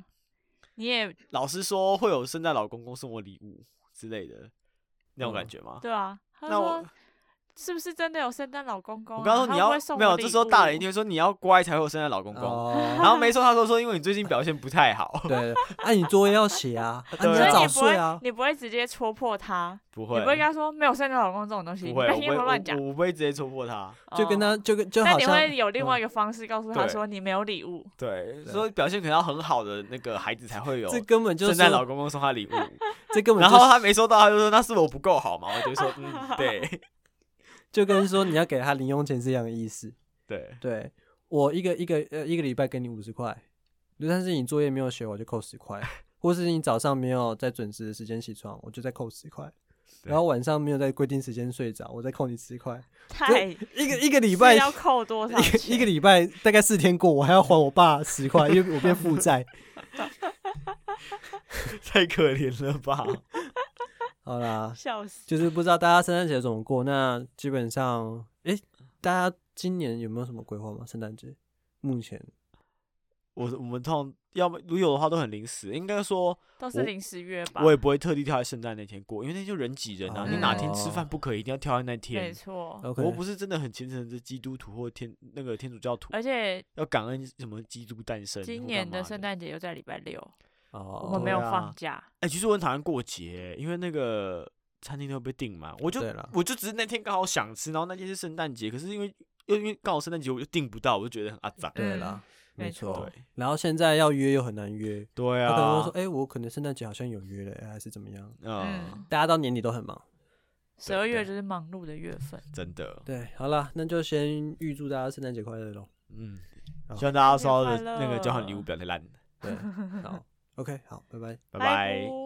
Speaker 2: 你也
Speaker 3: 老师说会有圣诞老公公送我礼物之类的那种
Speaker 1: 嗯
Speaker 3: 感觉吗？
Speaker 2: 对啊，他
Speaker 3: 那我
Speaker 2: 说是不是真的有圣诞老公公、啊？
Speaker 3: 我刚刚说你
Speaker 2: 他会不会
Speaker 3: 要
Speaker 2: 送
Speaker 3: 没有，
Speaker 2: 我
Speaker 3: 这
Speaker 2: 礼
Speaker 3: 时候大
Speaker 2: 物
Speaker 3: 人一定会说你要乖才会有圣诞老公公。然
Speaker 1: 哦，
Speaker 2: [laughs]
Speaker 3: 后没错，他说说因为你最近表现不太 [laughs] 好，
Speaker 1: 对， [laughs] 啊，你作业要写啊，啊，
Speaker 3: [laughs] 对
Speaker 1: 你
Speaker 2: 所
Speaker 1: 要
Speaker 2: 以
Speaker 1: 早
Speaker 2: 你不
Speaker 1: 睡啊
Speaker 2: 会，，你不会直接戳破他，
Speaker 3: 不
Speaker 2: 你
Speaker 3: 会
Speaker 2: 不会跟他说没有圣诞老公这种东西，你不
Speaker 3: 不会，
Speaker 2: 要
Speaker 3: 我
Speaker 2: 听
Speaker 3: 不会
Speaker 2: 他乱讲
Speaker 3: 我，我不会直接戳破他。
Speaker 1: 就跟他
Speaker 2: 哦。
Speaker 1: 就跟就
Speaker 2: 但
Speaker 1: 好
Speaker 2: 你
Speaker 1: 像
Speaker 2: 会有另外一个方式告诉他
Speaker 3: 嗯对
Speaker 2: 说你没有礼物，
Speaker 3: 对，
Speaker 1: 对
Speaker 3: 所以表现可能要很好的那个孩子才 [laughs] 会有
Speaker 1: 这根本就
Speaker 3: 圣
Speaker 1: 是
Speaker 3: 诞老公公送他礼物。
Speaker 1: 这根本
Speaker 3: 然
Speaker 1: 就
Speaker 3: 后
Speaker 1: 是
Speaker 3: 他没收到，他就说那是我不够好嘛。我就说嗯，对
Speaker 1: 就跟说你要给他零用钱是一样的意思。
Speaker 3: 对，
Speaker 1: 对我一个一个呃一个礼拜给你五十块，但是你作业没有写，我就扣十块；或是你早上没有在准时的时间起床，我就再扣十块；
Speaker 3: 对
Speaker 1: 然后晚上没有在规定时间睡着，我再扣你十
Speaker 2: [laughs]
Speaker 1: 块。
Speaker 2: 太
Speaker 1: 一个一个礼拜
Speaker 2: 是要扣多少
Speaker 1: 一个一个
Speaker 2: 钱？
Speaker 1: 礼拜大概四天过，我还要还我爸十块，因为我变负债。 [laughs]
Speaker 3: 太可怜了吧？ [laughs]
Speaker 1: 好啦，
Speaker 2: 笑死！
Speaker 1: 就是不知道大家圣诞节怎么过。那基本上，诶、大家今年有没有什么规划吗？圣诞节目前
Speaker 3: 我我们通常要么如果有的话都很临时，应该说
Speaker 2: 都是
Speaker 3: 我
Speaker 2: 零食月吧？
Speaker 3: 我也不会特地挑在圣诞那天过，因为那天就人挤人啊，
Speaker 1: 哦
Speaker 3: 你哪天吃饭不可以，一定要挑在那
Speaker 2: 没
Speaker 3: 天。
Speaker 2: 错，
Speaker 1: OK，
Speaker 3: 我又不是真的很虔诚的基督徒或天那个天主教徒，
Speaker 2: 而且
Speaker 3: 要感恩什么基督诞生。
Speaker 2: 哎今
Speaker 3: 或
Speaker 2: 年
Speaker 3: 干嘛
Speaker 2: 的
Speaker 3: 的
Speaker 2: 圣，诞节又在礼拜六，我
Speaker 1: 哦
Speaker 2: 们没有
Speaker 3: 对啊
Speaker 2: 放假。
Speaker 3: 哎、其实我很讨厌过节，因为那个餐厅都会被订满，我就
Speaker 1: 对了
Speaker 3: 我就只是那天刚好想吃，然后那天是圣诞节，可是因为又因为刚好圣诞节我就订不到，我就觉得很阿杂。
Speaker 1: 对
Speaker 2: 嗯
Speaker 1: 啦，
Speaker 2: 没
Speaker 1: 没错。
Speaker 2: 错
Speaker 3: 对
Speaker 1: 然后现在要约又很难约，
Speaker 3: [laughs] 对
Speaker 1: 他可能会
Speaker 3: 啊
Speaker 1: 说，，哎、我可能圣诞节好像有约了，哎还是怎么样？
Speaker 3: 嗯，
Speaker 2: 嗯，
Speaker 1: 大家到年底都很忙。
Speaker 2: 十二月
Speaker 3: 对
Speaker 2: 就是忙碌的月份。
Speaker 3: 真的，
Speaker 1: 对，好了，那就先预祝大家圣诞节快乐喽。
Speaker 3: 嗯，
Speaker 1: 好
Speaker 3: 希望大家收到
Speaker 2: 圣诞
Speaker 3: 的
Speaker 2: 节
Speaker 3: 那个
Speaker 2: 快
Speaker 3: 交换礼
Speaker 2: 乐
Speaker 3: 物不要太烂，
Speaker 1: 对，好，OK，好，拜拜。
Speaker 3: 拜拜。
Speaker 2: 拜